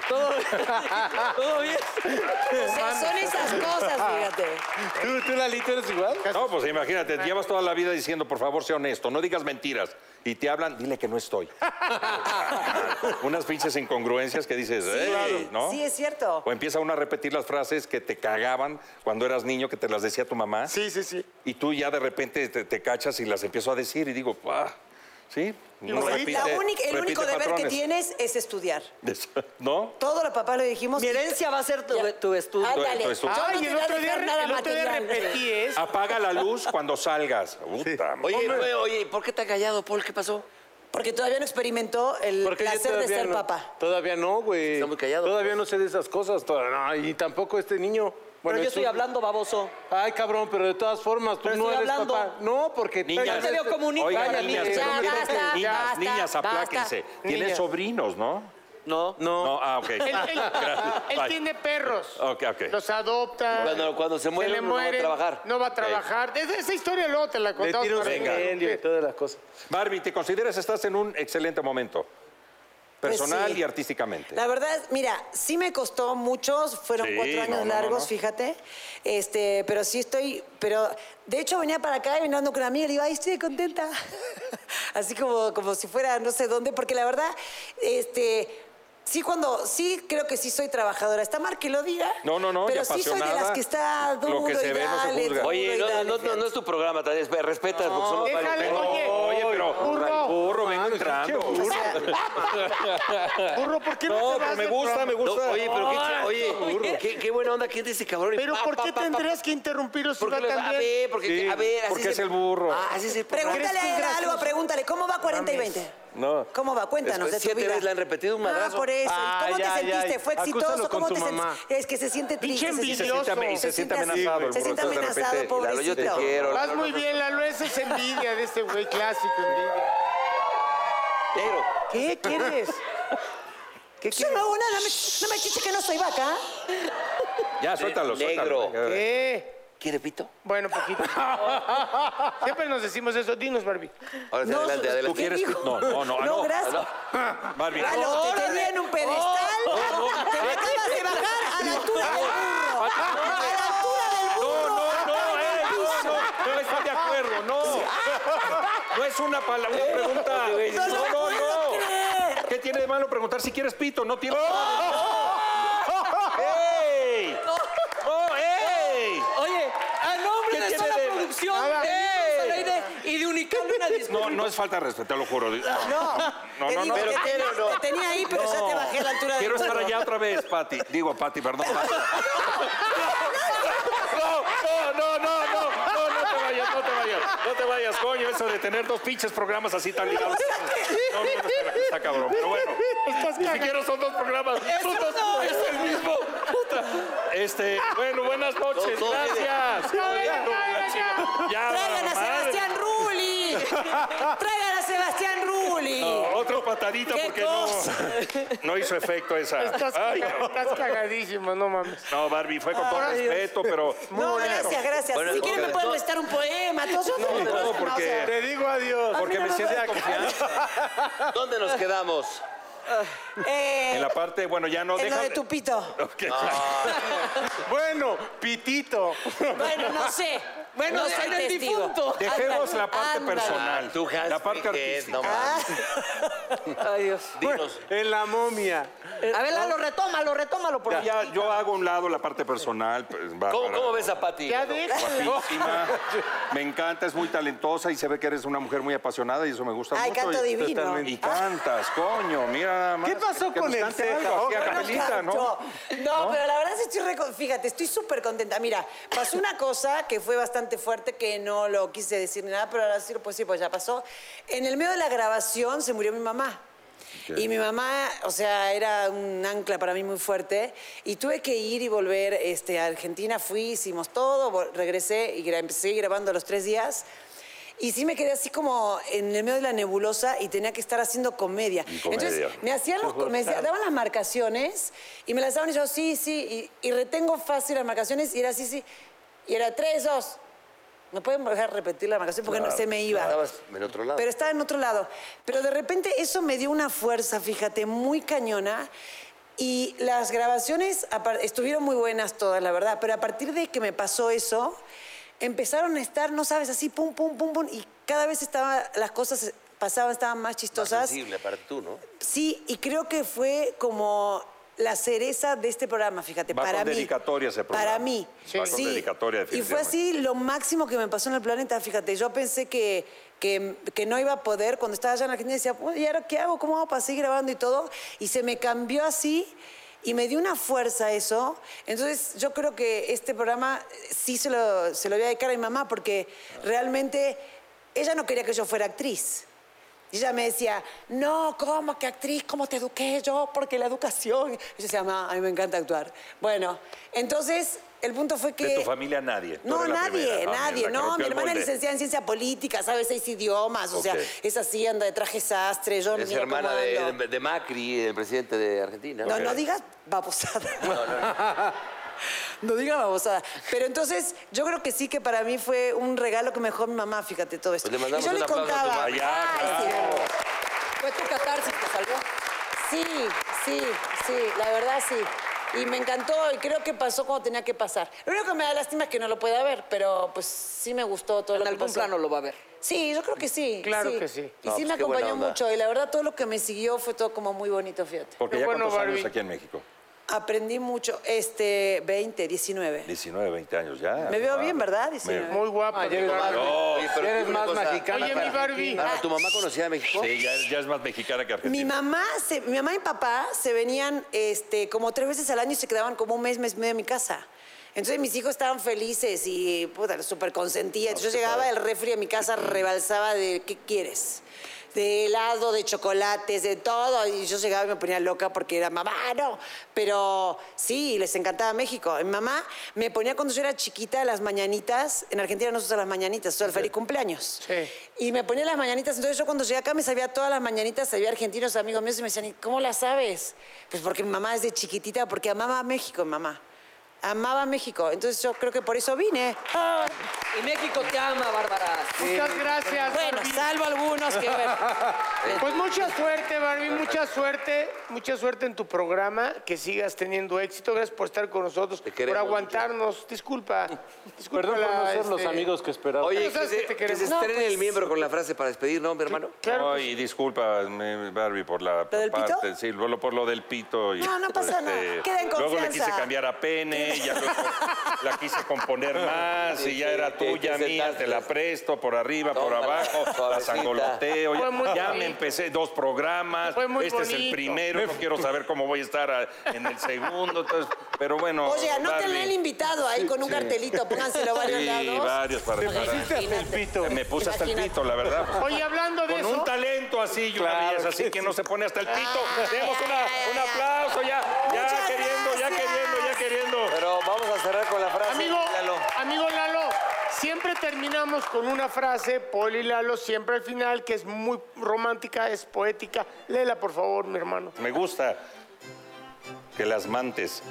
Speaker 1: Todo bien. Todo bien.
Speaker 9: O sea, son esas cosas, fíjate.
Speaker 5: ¿Tú, tú, Lalito, eres igual?
Speaker 3: No, pues imagínate, te llevas toda la vida diciendo, por favor, sea honesto, no digas mentiras. Y te hablan, dile que no estoy. Unas pinches incongruencias que dices, "Ey", ¿no?
Speaker 9: Sí, es cierto.
Speaker 3: O empieza uno a repetir las frases que te cagaban cuando eras niño, que te las decía tu mamá.
Speaker 2: Sí, sí, sí.
Speaker 3: Y tú ya de repente te, te cachas y las empiezo a decir y digo, ah, sí.
Speaker 2: Lo
Speaker 3: no
Speaker 2: que-
Speaker 3: repite-
Speaker 9: La única- el
Speaker 3: repite
Speaker 9: único deber que
Speaker 3: patrones".
Speaker 9: tienes es estudiar.
Speaker 3: ¿No?
Speaker 9: Todos los papás lo dijimos.
Speaker 1: Mi herencia va a ser tu,
Speaker 9: Ya.
Speaker 1: tu estudio.
Speaker 9: Ah, dale.
Speaker 3: Tu estudio.
Speaker 9: Yo no
Speaker 2: Ay,
Speaker 9: te
Speaker 2: el
Speaker 9: voy a
Speaker 2: otro día,
Speaker 9: dejar nada
Speaker 2: el otro día
Speaker 9: material.
Speaker 2: repetí eso.
Speaker 3: Apaga la luz cuando salgas. Puta,
Speaker 4: Oye,
Speaker 3: hombre.
Speaker 4: no, oye, ¿por qué te ha callado, Paul? ¿Qué pasó?
Speaker 9: Porque todavía no experimentó el
Speaker 5: Porque yo
Speaker 9: placer de
Speaker 5: todavía
Speaker 9: ser
Speaker 5: no-
Speaker 9: papá.
Speaker 5: Todavía no, güey.
Speaker 4: Está muy callado.
Speaker 5: Todavía no sé de esas cosas. todavía no, y tampoco este niño.
Speaker 1: Pero
Speaker 5: Bueno,
Speaker 1: yo
Speaker 5: es
Speaker 1: estoy
Speaker 5: un-
Speaker 1: hablando baboso.
Speaker 5: Ay, cabrón, pero de todas formas, tú
Speaker 1: Pero
Speaker 5: no
Speaker 1: estoy
Speaker 5: eres
Speaker 1: hablando.
Speaker 5: papá. No, porque... este-
Speaker 3: Niñas.
Speaker 1: Yo te veo como un
Speaker 3: Oigan,
Speaker 1: Cállate,
Speaker 3: niñas,
Speaker 1: ya,
Speaker 3: pero miren,
Speaker 9: basta,
Speaker 3: niñas,
Speaker 9: basta,
Speaker 3: niñas, apláquense. Tienen
Speaker 2: Niñas.
Speaker 3: sobrinos, ¿no?
Speaker 1: No.
Speaker 5: No.
Speaker 3: No, ah, ok.
Speaker 2: Él, él- él
Speaker 3: Bye.
Speaker 2: tiene perros.
Speaker 3: Ok, ok.
Speaker 2: Los adopta.
Speaker 4: Cuando- cuando se muere
Speaker 2: le
Speaker 4: uno no va a
Speaker 2: mueren,
Speaker 4: trabajar.
Speaker 2: No va a trabajar. Esa- Esa historia luego te la
Speaker 5: Le
Speaker 2: contamos.
Speaker 5: tiro un
Speaker 2: pero-
Speaker 5: remedio y todas las cosas.
Speaker 3: Barbie, ¿te consideras estás en un excelente momento?
Speaker 9: Pues
Speaker 3: Personal
Speaker 9: sí.
Speaker 3: y artísticamente.
Speaker 9: La verdad, es, mira, sí me costó muchos, fueron
Speaker 3: Sí,
Speaker 9: cuatro
Speaker 3: no,
Speaker 9: años
Speaker 3: no, no,
Speaker 9: largos,
Speaker 3: no.
Speaker 9: fíjate. Este, pero sí estoy, pero de hecho venía para acá y venía andando con una amiga y le digo, ay, estoy contenta. Así como, como si fuera no sé dónde, porque la verdad, este. Sí, cuando sí creo que sí soy trabajadora. Está mal que lo diga.
Speaker 3: No, no, no, y
Speaker 9: Pero sí soy de las
Speaker 3: apasionada.
Speaker 9: que está
Speaker 3: Lo que
Speaker 9: duro
Speaker 3: se
Speaker 9: y
Speaker 3: ve no se
Speaker 9: dale,
Speaker 3: juzga.
Speaker 9: duro
Speaker 4: Eh, Oye,
Speaker 9: y
Speaker 4: no,
Speaker 9: dale,
Speaker 4: no, no, no es tu programa, también, espera, respetas, porque somos varios.
Speaker 2: Déjale, oye.
Speaker 3: Oye, pero
Speaker 2: Burro.
Speaker 3: burro, vengo entrando.
Speaker 9: O sea,
Speaker 2: Burro, ¿por qué no,
Speaker 3: No, pero
Speaker 2: te vas
Speaker 3: me
Speaker 2: del
Speaker 3: gusta, me
Speaker 2: programa?
Speaker 4: No,
Speaker 3: gusta.
Speaker 4: oye, pero qué, ch- oye, qué, qué buena onda que es ese cabrón.
Speaker 2: Pero
Speaker 4: Pa,
Speaker 2: ¿por
Speaker 4: pa,
Speaker 2: qué
Speaker 4: pa, pa,
Speaker 2: tendrías que interrumpirlo si
Speaker 4: ¿Por qué
Speaker 2: va
Speaker 4: lo- a
Speaker 2: tan bien?
Speaker 4: ver, porque,
Speaker 3: Sí,
Speaker 4: a ver, así
Speaker 3: porque
Speaker 4: se-
Speaker 3: es el burro.
Speaker 4: Ah, así es el programa.
Speaker 9: Pregúntale
Speaker 2: ¿Crees que es
Speaker 9: a algo,
Speaker 2: gracioso?
Speaker 9: pregúntale, ¿cómo va 40 y 20?
Speaker 3: No.
Speaker 9: ¿Cómo va? Cuéntanos de tu
Speaker 4: Siete
Speaker 9: vida.
Speaker 4: veces le han repetido un
Speaker 9: Ah,
Speaker 4: madrazo.
Speaker 9: por eso.
Speaker 5: Ah,
Speaker 9: ¿Cómo
Speaker 5: ya,
Speaker 9: te
Speaker 5: ya,
Speaker 9: sentiste?
Speaker 5: ya.
Speaker 9: ¿Fue exitoso?
Speaker 5: Acúsalo con
Speaker 9: ¿Cómo
Speaker 5: tu
Speaker 9: te sentiste?
Speaker 5: mamá.
Speaker 9: Es que se siente
Speaker 2: Pinche
Speaker 9: triste. se siente-
Speaker 2: envidioso.
Speaker 3: ame- se siente amenazado el
Speaker 9: Se siente
Speaker 3: burro, entonces, de
Speaker 9: amenazado,
Speaker 3: repente,
Speaker 9: pobrecito.
Speaker 4: Lalo, yo te quiero.
Speaker 2: Vas muy bien, Lalo, esa es envidia de este güey clásico, envidia.
Speaker 4: Pero,
Speaker 2: ¿Qué quieres?
Speaker 4: Pues
Speaker 9: Yo no hago nada, no me, no me chiche que no soy vaca.
Speaker 3: Ya, suéltalo,
Speaker 8: negro.
Speaker 3: suéltalo.
Speaker 2: ¿Qué?
Speaker 6: ¿Quiere pito?
Speaker 2: Eh, Bueno, poquito. Siempre nos decimos eso. Dinos, Barbie.
Speaker 4: Ahora sí,
Speaker 9: No,
Speaker 4: adelante,
Speaker 9: su-
Speaker 4: adelante.
Speaker 3: ¿Tú quieres?
Speaker 9: dijo?
Speaker 3: No, no, no. ah,
Speaker 9: No,
Speaker 3: no.
Speaker 9: gracias. Ah,
Speaker 3: Barbie.
Speaker 9: A los que tenían un pedestal, te me acabas de bajar a la altura del burro. A la altura del
Speaker 3: No,
Speaker 9: burro.
Speaker 3: no, no, eh, no, no, no estoy de acuerdo, no. No es una palabra, una pregunta. No,
Speaker 9: lo
Speaker 3: no,
Speaker 9: puedo creer. ¡Oh!
Speaker 3: ¿Qué tiene de malo preguntar si quieres pito? No tiene. ¡Ey! ¡Oh, ey!
Speaker 1: Oye, a nombre
Speaker 3: ¿Qué
Speaker 1: de
Speaker 3: tiene
Speaker 1: Sola
Speaker 3: de-
Speaker 1: Producción,
Speaker 3: Nada.
Speaker 1: de Niños al Aire y de Unicam, una
Speaker 3: No,
Speaker 1: disculpa.
Speaker 3: no es falta de respeto, te lo juro. No, no,
Speaker 9: Te
Speaker 3: no.
Speaker 9: digo
Speaker 3: no.
Speaker 9: que tenía, te tenía ahí, pero ya te bajé a la altura del
Speaker 3: Quiero
Speaker 9: burro.
Speaker 3: estar allá otra vez, Pati. Digo, Pati, perdón. Pati. No, no, no, no, no, no, no te vayas, no te vayas, no te vayas, coño, eso de tener dos pinches programas así tan ligados. No, no, no, espera, está cabrón, pero bueno. Ni siquiera son dos programas, son dos, es el mismo. Puta. Este, bueno, buenas noches,
Speaker 8: No, no,
Speaker 3: gracias. Ya,
Speaker 9: ¡Traigan
Speaker 3: madre.
Speaker 9: a Sebastián Rulli! ¡Traigan a Sebastián Rulli!
Speaker 3: No, otra patadita
Speaker 9: ¡Qué
Speaker 3: porque no,
Speaker 9: cosa!
Speaker 3: no hizo efecto esa.
Speaker 2: Estás,
Speaker 3: Ay,
Speaker 2: caga- estás cagadísimo, no mames.
Speaker 3: no, Barbie, fue con todo
Speaker 9: Ay, Dios.
Speaker 3: respeto, pero
Speaker 9: No, gracias, gracias. si quieren me pueden prestar un poema. Todos yo tengo un
Speaker 3: no,
Speaker 9: poema, o sea,
Speaker 3: porque,
Speaker 5: Te digo adiós.
Speaker 3: porque me siento de confianza.
Speaker 4: ¿Dónde nos quedamos?
Speaker 9: eh,
Speaker 3: En la parte, bueno, ya no
Speaker 9: en lo
Speaker 3: deja.
Speaker 9: de tu pito.
Speaker 3: Ok.
Speaker 5: Bueno, pitito.
Speaker 9: Bueno, no sé. Bueno, no soy
Speaker 1: en el
Speaker 9: testigo.
Speaker 1: difunto.
Speaker 3: Dejemos
Speaker 9: Ándale,
Speaker 3: la parte
Speaker 9: ándale.
Speaker 3: personal.
Speaker 4: Ah, Tú, Hans
Speaker 3: la parte
Speaker 4: Miguel,
Speaker 3: artística.
Speaker 4: no mames.
Speaker 9: Ah, Ay, Dios.
Speaker 4: Dinos.
Speaker 5: En la momia.
Speaker 1: A ver, Lalo, retómalo, retómalo, por
Speaker 3: Pero
Speaker 1: favor.
Speaker 3: ya yo hago a un lado la parte personal. pues,
Speaker 10: Ah,
Speaker 4: ¿Cómo,
Speaker 3: Bárbara.
Speaker 4: cómo ves a Pati?
Speaker 2: Ya deja.
Speaker 3: Guapísima. Me encanta, es muy talentosa y se ve que eres una mujer muy apasionada y eso me gusta
Speaker 9: Ay,
Speaker 3: mucho.
Speaker 9: canto
Speaker 3: y,
Speaker 9: divino. Ah.
Speaker 3: totalmente. Y cantas, coño, mira nada más.
Speaker 5: ¿Qué pasó
Speaker 3: Que
Speaker 5: con
Speaker 3: nos
Speaker 5: el Oh.
Speaker 3: cante
Speaker 5: ceja?
Speaker 3: algo así a
Speaker 9: Bueno,
Speaker 3: capelita, ¿no?
Speaker 9: Cacho. No, pero la verdad sí estoy re con- fíjate, estoy súper contenta. Mira, pasó una cosa que fue bastante fuerte que no lo quise decir ni nada, pero ahora sí lo puedo decir, pues ya pasó. En el medio de la grabación se murió mi mamá. Y mi mamá, o sea, era un ancla para mí muy fuerte. Y tuve que ir y volver este, a Argentina. Fui, hicimos todo, vol- regresé y gra- empecé grabando a los tres días. Y sí me quedé así como en el medio de la nebulosa y tenía que estar haciendo comedia. Entonces, me hacían los, me decía- daban las marcaciones y me las daban y yo, sí, sí, y, y retengo fácil las marcaciones y era así, sí. Y era tres, dos. No pueden dejar repetir la marcación porque no- se me iba.
Speaker 4: Estabas en otro lado.
Speaker 9: Pero estaba en otro lado. Pero de repente eso me dio una fuerza, fíjate, muy cañona. Y las grabaciones apar- estuvieron muy buenas todas, la verdad. Pero a partir de que me pasó eso, empezaron a estar, no sabes, así, pum, pum, pum, pum. Y cada vez estaba, las cosas pasaban, estaban más
Speaker 4: Más
Speaker 9: chistosas.
Speaker 4: sensible para tú, ¿no?
Speaker 9: sí, y creo que fue como la cereza de este programa, fíjate,
Speaker 3: Va
Speaker 9: para
Speaker 3: con
Speaker 9: mí.
Speaker 3: dedicatoria ese programa.
Speaker 9: Para mí.
Speaker 3: Sí. Va con dedicatoria,
Speaker 9: Y fue
Speaker 3: definitivamente.
Speaker 9: así y lo máximo que me pasó en el planeta, fíjate, yo pensé que, que, que no iba a poder, cuando estaba allá en Argentina decía, "Pues, ¿y ahora qué hago? ¿Cómo hago para seguir grabando y todo? Y se me cambió así y me dio una fuerza eso. Entonces yo creo que este programa eh, sí se lo, se lo voy a dedicar a mi mamá porque realmente ella no quería que yo fuera actriz. Y ella me decía, no, ¿cómo que actriz? ¿Cómo te eduqué yo? Porque la educación... Y yo decía, mamá, a mí me encanta actuar. Bueno, entonces el punto fue que...
Speaker 3: De tu familia nadie. Tú
Speaker 9: No,
Speaker 3: eres la
Speaker 9: nadie,
Speaker 3: primera, Ah, la
Speaker 9: nadie.
Speaker 3: que
Speaker 9: No,
Speaker 3: rompió
Speaker 9: mi
Speaker 3: el
Speaker 9: hermana es
Speaker 3: molde.
Speaker 9: licenciada en ciencia política, sabe seis idiomas, o sea,
Speaker 4: Ok.
Speaker 9: es así, anda de traje sastre, yo
Speaker 4: Es
Speaker 9: mira cómo
Speaker 4: hermana de,
Speaker 9: ando.
Speaker 4: de Macri, el presidente de Argentina.
Speaker 9: No, no digas babosada. No digas babosada. Pero entonces, yo creo que sí que para mí fue un regalo que me dejó mi mamá, fíjate todo esto.
Speaker 4: Pues le
Speaker 9: y
Speaker 4: mandamos
Speaker 9: yo le
Speaker 4: un aplauso a tu
Speaker 9: contaba.
Speaker 3: mamá. Ya,
Speaker 9: Ay,
Speaker 3: claro.
Speaker 9: sí. Fue tu catarsis, te salvó. Sí, sí, sí, la verdad sí. Y me encantó y creo que pasó como tenía que pasar. Lo único que me da lástima es que no lo pueda ver, pero pues sí me gustó todo
Speaker 1: En
Speaker 9: lo que
Speaker 1: algún
Speaker 9: pasó.
Speaker 1: plano lo va a ver.
Speaker 9: Sí, yo creo que sí.
Speaker 2: Claro que sí.
Speaker 9: Y
Speaker 4: No,
Speaker 9: sí
Speaker 4: pues,
Speaker 9: me
Speaker 4: qué buena
Speaker 9: acompañó
Speaker 4: onda.
Speaker 9: mucho. Y la verdad, todo lo que me siguió fue todo como muy bonito, fíjate.
Speaker 3: Porque
Speaker 2: Qué
Speaker 3: ya
Speaker 2: bueno,
Speaker 3: cuántos años
Speaker 2: Barbie.
Speaker 3: aquí en México.
Speaker 9: Aprendí mucho. Este, 20, 19.
Speaker 3: 19, 20 años ya. Ah.
Speaker 9: Me veo bien, ¿verdad?
Speaker 3: Me-
Speaker 9: 19.
Speaker 2: Muy guapa. mi Barbie.
Speaker 4: Oye, pero
Speaker 5: Eres
Speaker 4: dime una
Speaker 5: más
Speaker 4: cosa.
Speaker 5: mexicana.
Speaker 2: Oye,
Speaker 5: para
Speaker 2: mi Barbie.
Speaker 4: Ah, ¿Tu mamá conocía a México?
Speaker 3: Sí, ya, es- ya es más mexicana que argentina.
Speaker 9: Mi mamá, se- mi mamá y papá se venían este, como tres veces al año y se quedaban como un mes, mes y medio en mi casa. Entonces mis hijos estaban felices y puta, los súper consentía. Entonces, yo llegaba, el refri a mi casa rebalsaba de ¿qué quieres? De helado, de chocolates, de todo. Y yo llegaba y me ponía loca porque era mamá, no. Pero sí, les encantaba México. Mi mamá me ponía cuando yo era chiquita las mañanitas. En Argentina no se usan las mañanitas, se usa el feliz cumpleaños.
Speaker 2: Sí.
Speaker 9: Y me ponía las mañanitas. Entonces yo cuando llegué acá me sabía todas las mañanitas, sabía argentinos, amigos míos, y me decían, "¿Y ¿cómo las sabes? Pues porque mi mamá desde chiquitita, porque amaba a México, mi mamá. amaba México. Entonces yo creo que por eso vine. Ah.
Speaker 1: Y México te ama, Bárbara.
Speaker 2: Muchas gracias.
Speaker 9: Bueno,
Speaker 2: Barbie.
Speaker 9: salvo algunos que... bueno.
Speaker 2: Pues mucha suerte, Barbie, mucha suerte, mucha suerte en tu programa, que sigas teniendo éxito. Gracias por estar con nosotros, por
Speaker 4: queremos
Speaker 2: aguantarnos. Disculpa, disculpa.
Speaker 5: Perdón por no
Speaker 2: la,
Speaker 5: ser los
Speaker 2: este,
Speaker 5: amigos que esperaba.
Speaker 4: Oye,
Speaker 2: Pero
Speaker 4: que
Speaker 2: sabes
Speaker 4: se,
Speaker 2: que te
Speaker 4: que
Speaker 2: queremos.
Speaker 4: se
Speaker 2: No, pues.
Speaker 4: estrene el miembro con la frase para despedir, ¿no, mi hermano?
Speaker 2: Claro,
Speaker 10: Ay, disculpa, me- Barbie, por la
Speaker 9: del
Speaker 10: parte,
Speaker 9: pito?
Speaker 10: sí, por lo, por lo del pito. Y, este,
Speaker 9: No, no pasa nada. Queda en
Speaker 10: Luego le
Speaker 9: confianza.
Speaker 10: quise cambiar a pene, ya luego la quise componer más, y ya era
Speaker 4: te-
Speaker 10: tuya,
Speaker 4: te
Speaker 10: mía, te la
Speaker 4: sentaste.
Speaker 10: presto por arriba, por
Speaker 4: Tómala,
Speaker 10: abajo, la
Speaker 4: suavecita.
Speaker 10: sangoloteo.
Speaker 2: Fue muy
Speaker 10: Ya, ya
Speaker 2: bonito.
Speaker 10: me empecé dos programas,
Speaker 2: Fue muy
Speaker 10: este es el
Speaker 2: bonito.
Speaker 10: primero, no quiero saber cómo voy a estar a- en el segundo, entonces, pero bueno.
Speaker 9: Oye, anótenle
Speaker 10: Barbie.
Speaker 9: el invitado ahí con un cartelito, pónganselo varios
Speaker 10: Sí,
Speaker 9: lados.
Speaker 10: varios para
Speaker 5: Hiciste hasta el pito.
Speaker 10: Me puse hasta el
Speaker 9: Imagínate.
Speaker 10: pito, la verdad. pues,
Speaker 2: Oye, hablando de
Speaker 10: Con
Speaker 2: eso,
Speaker 10: un talento así, y una
Speaker 5: Claro
Speaker 10: belleza
Speaker 5: que
Speaker 10: así, que no se pone hasta el pito.
Speaker 9: Ay,
Speaker 10: Demos
Speaker 9: ay,
Speaker 10: una-
Speaker 9: ay,
Speaker 10: un
Speaker 9: ay.
Speaker 10: aplauso, ya, ya
Speaker 9: Muchas
Speaker 10: queriendo, ya
Speaker 9: gracias.
Speaker 10: queriendo, ya queriendo.
Speaker 4: Pero vamos a cerrar con la frase.
Speaker 2: amigo,
Speaker 4: Lalo.
Speaker 2: amigo Lalo, siempre terminamos con una frase, Poli Lalo, siempre al final, que es muy romántica, es poética. Léela, por favor, mi hermano.
Speaker 10: Me gusta que las mantes.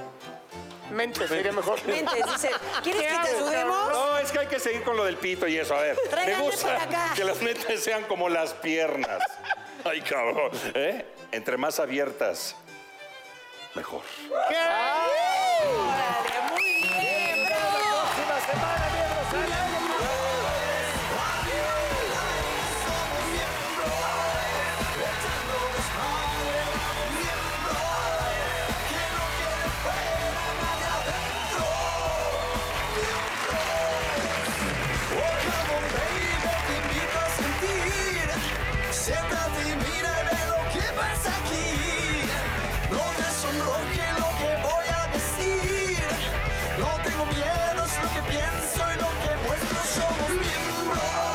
Speaker 2: Mente, sería mejor.
Speaker 9: Mentes, dice, ¿quieres que te ayudemos?
Speaker 10: No, es que hay que seguir con lo del pito y eso. A ver, me
Speaker 9: Tráiganle por acá.
Speaker 10: gusta que las mentes sean como las piernas. Ay, cabrón. ¿Eh? Entre más abiertas, mejor.
Speaker 11: Siéntate y mira y ve lo que pasa aquí. No te sonroje lo que voy a decir. No tengo miedo, es lo que pienso y lo que muestro somos miembros.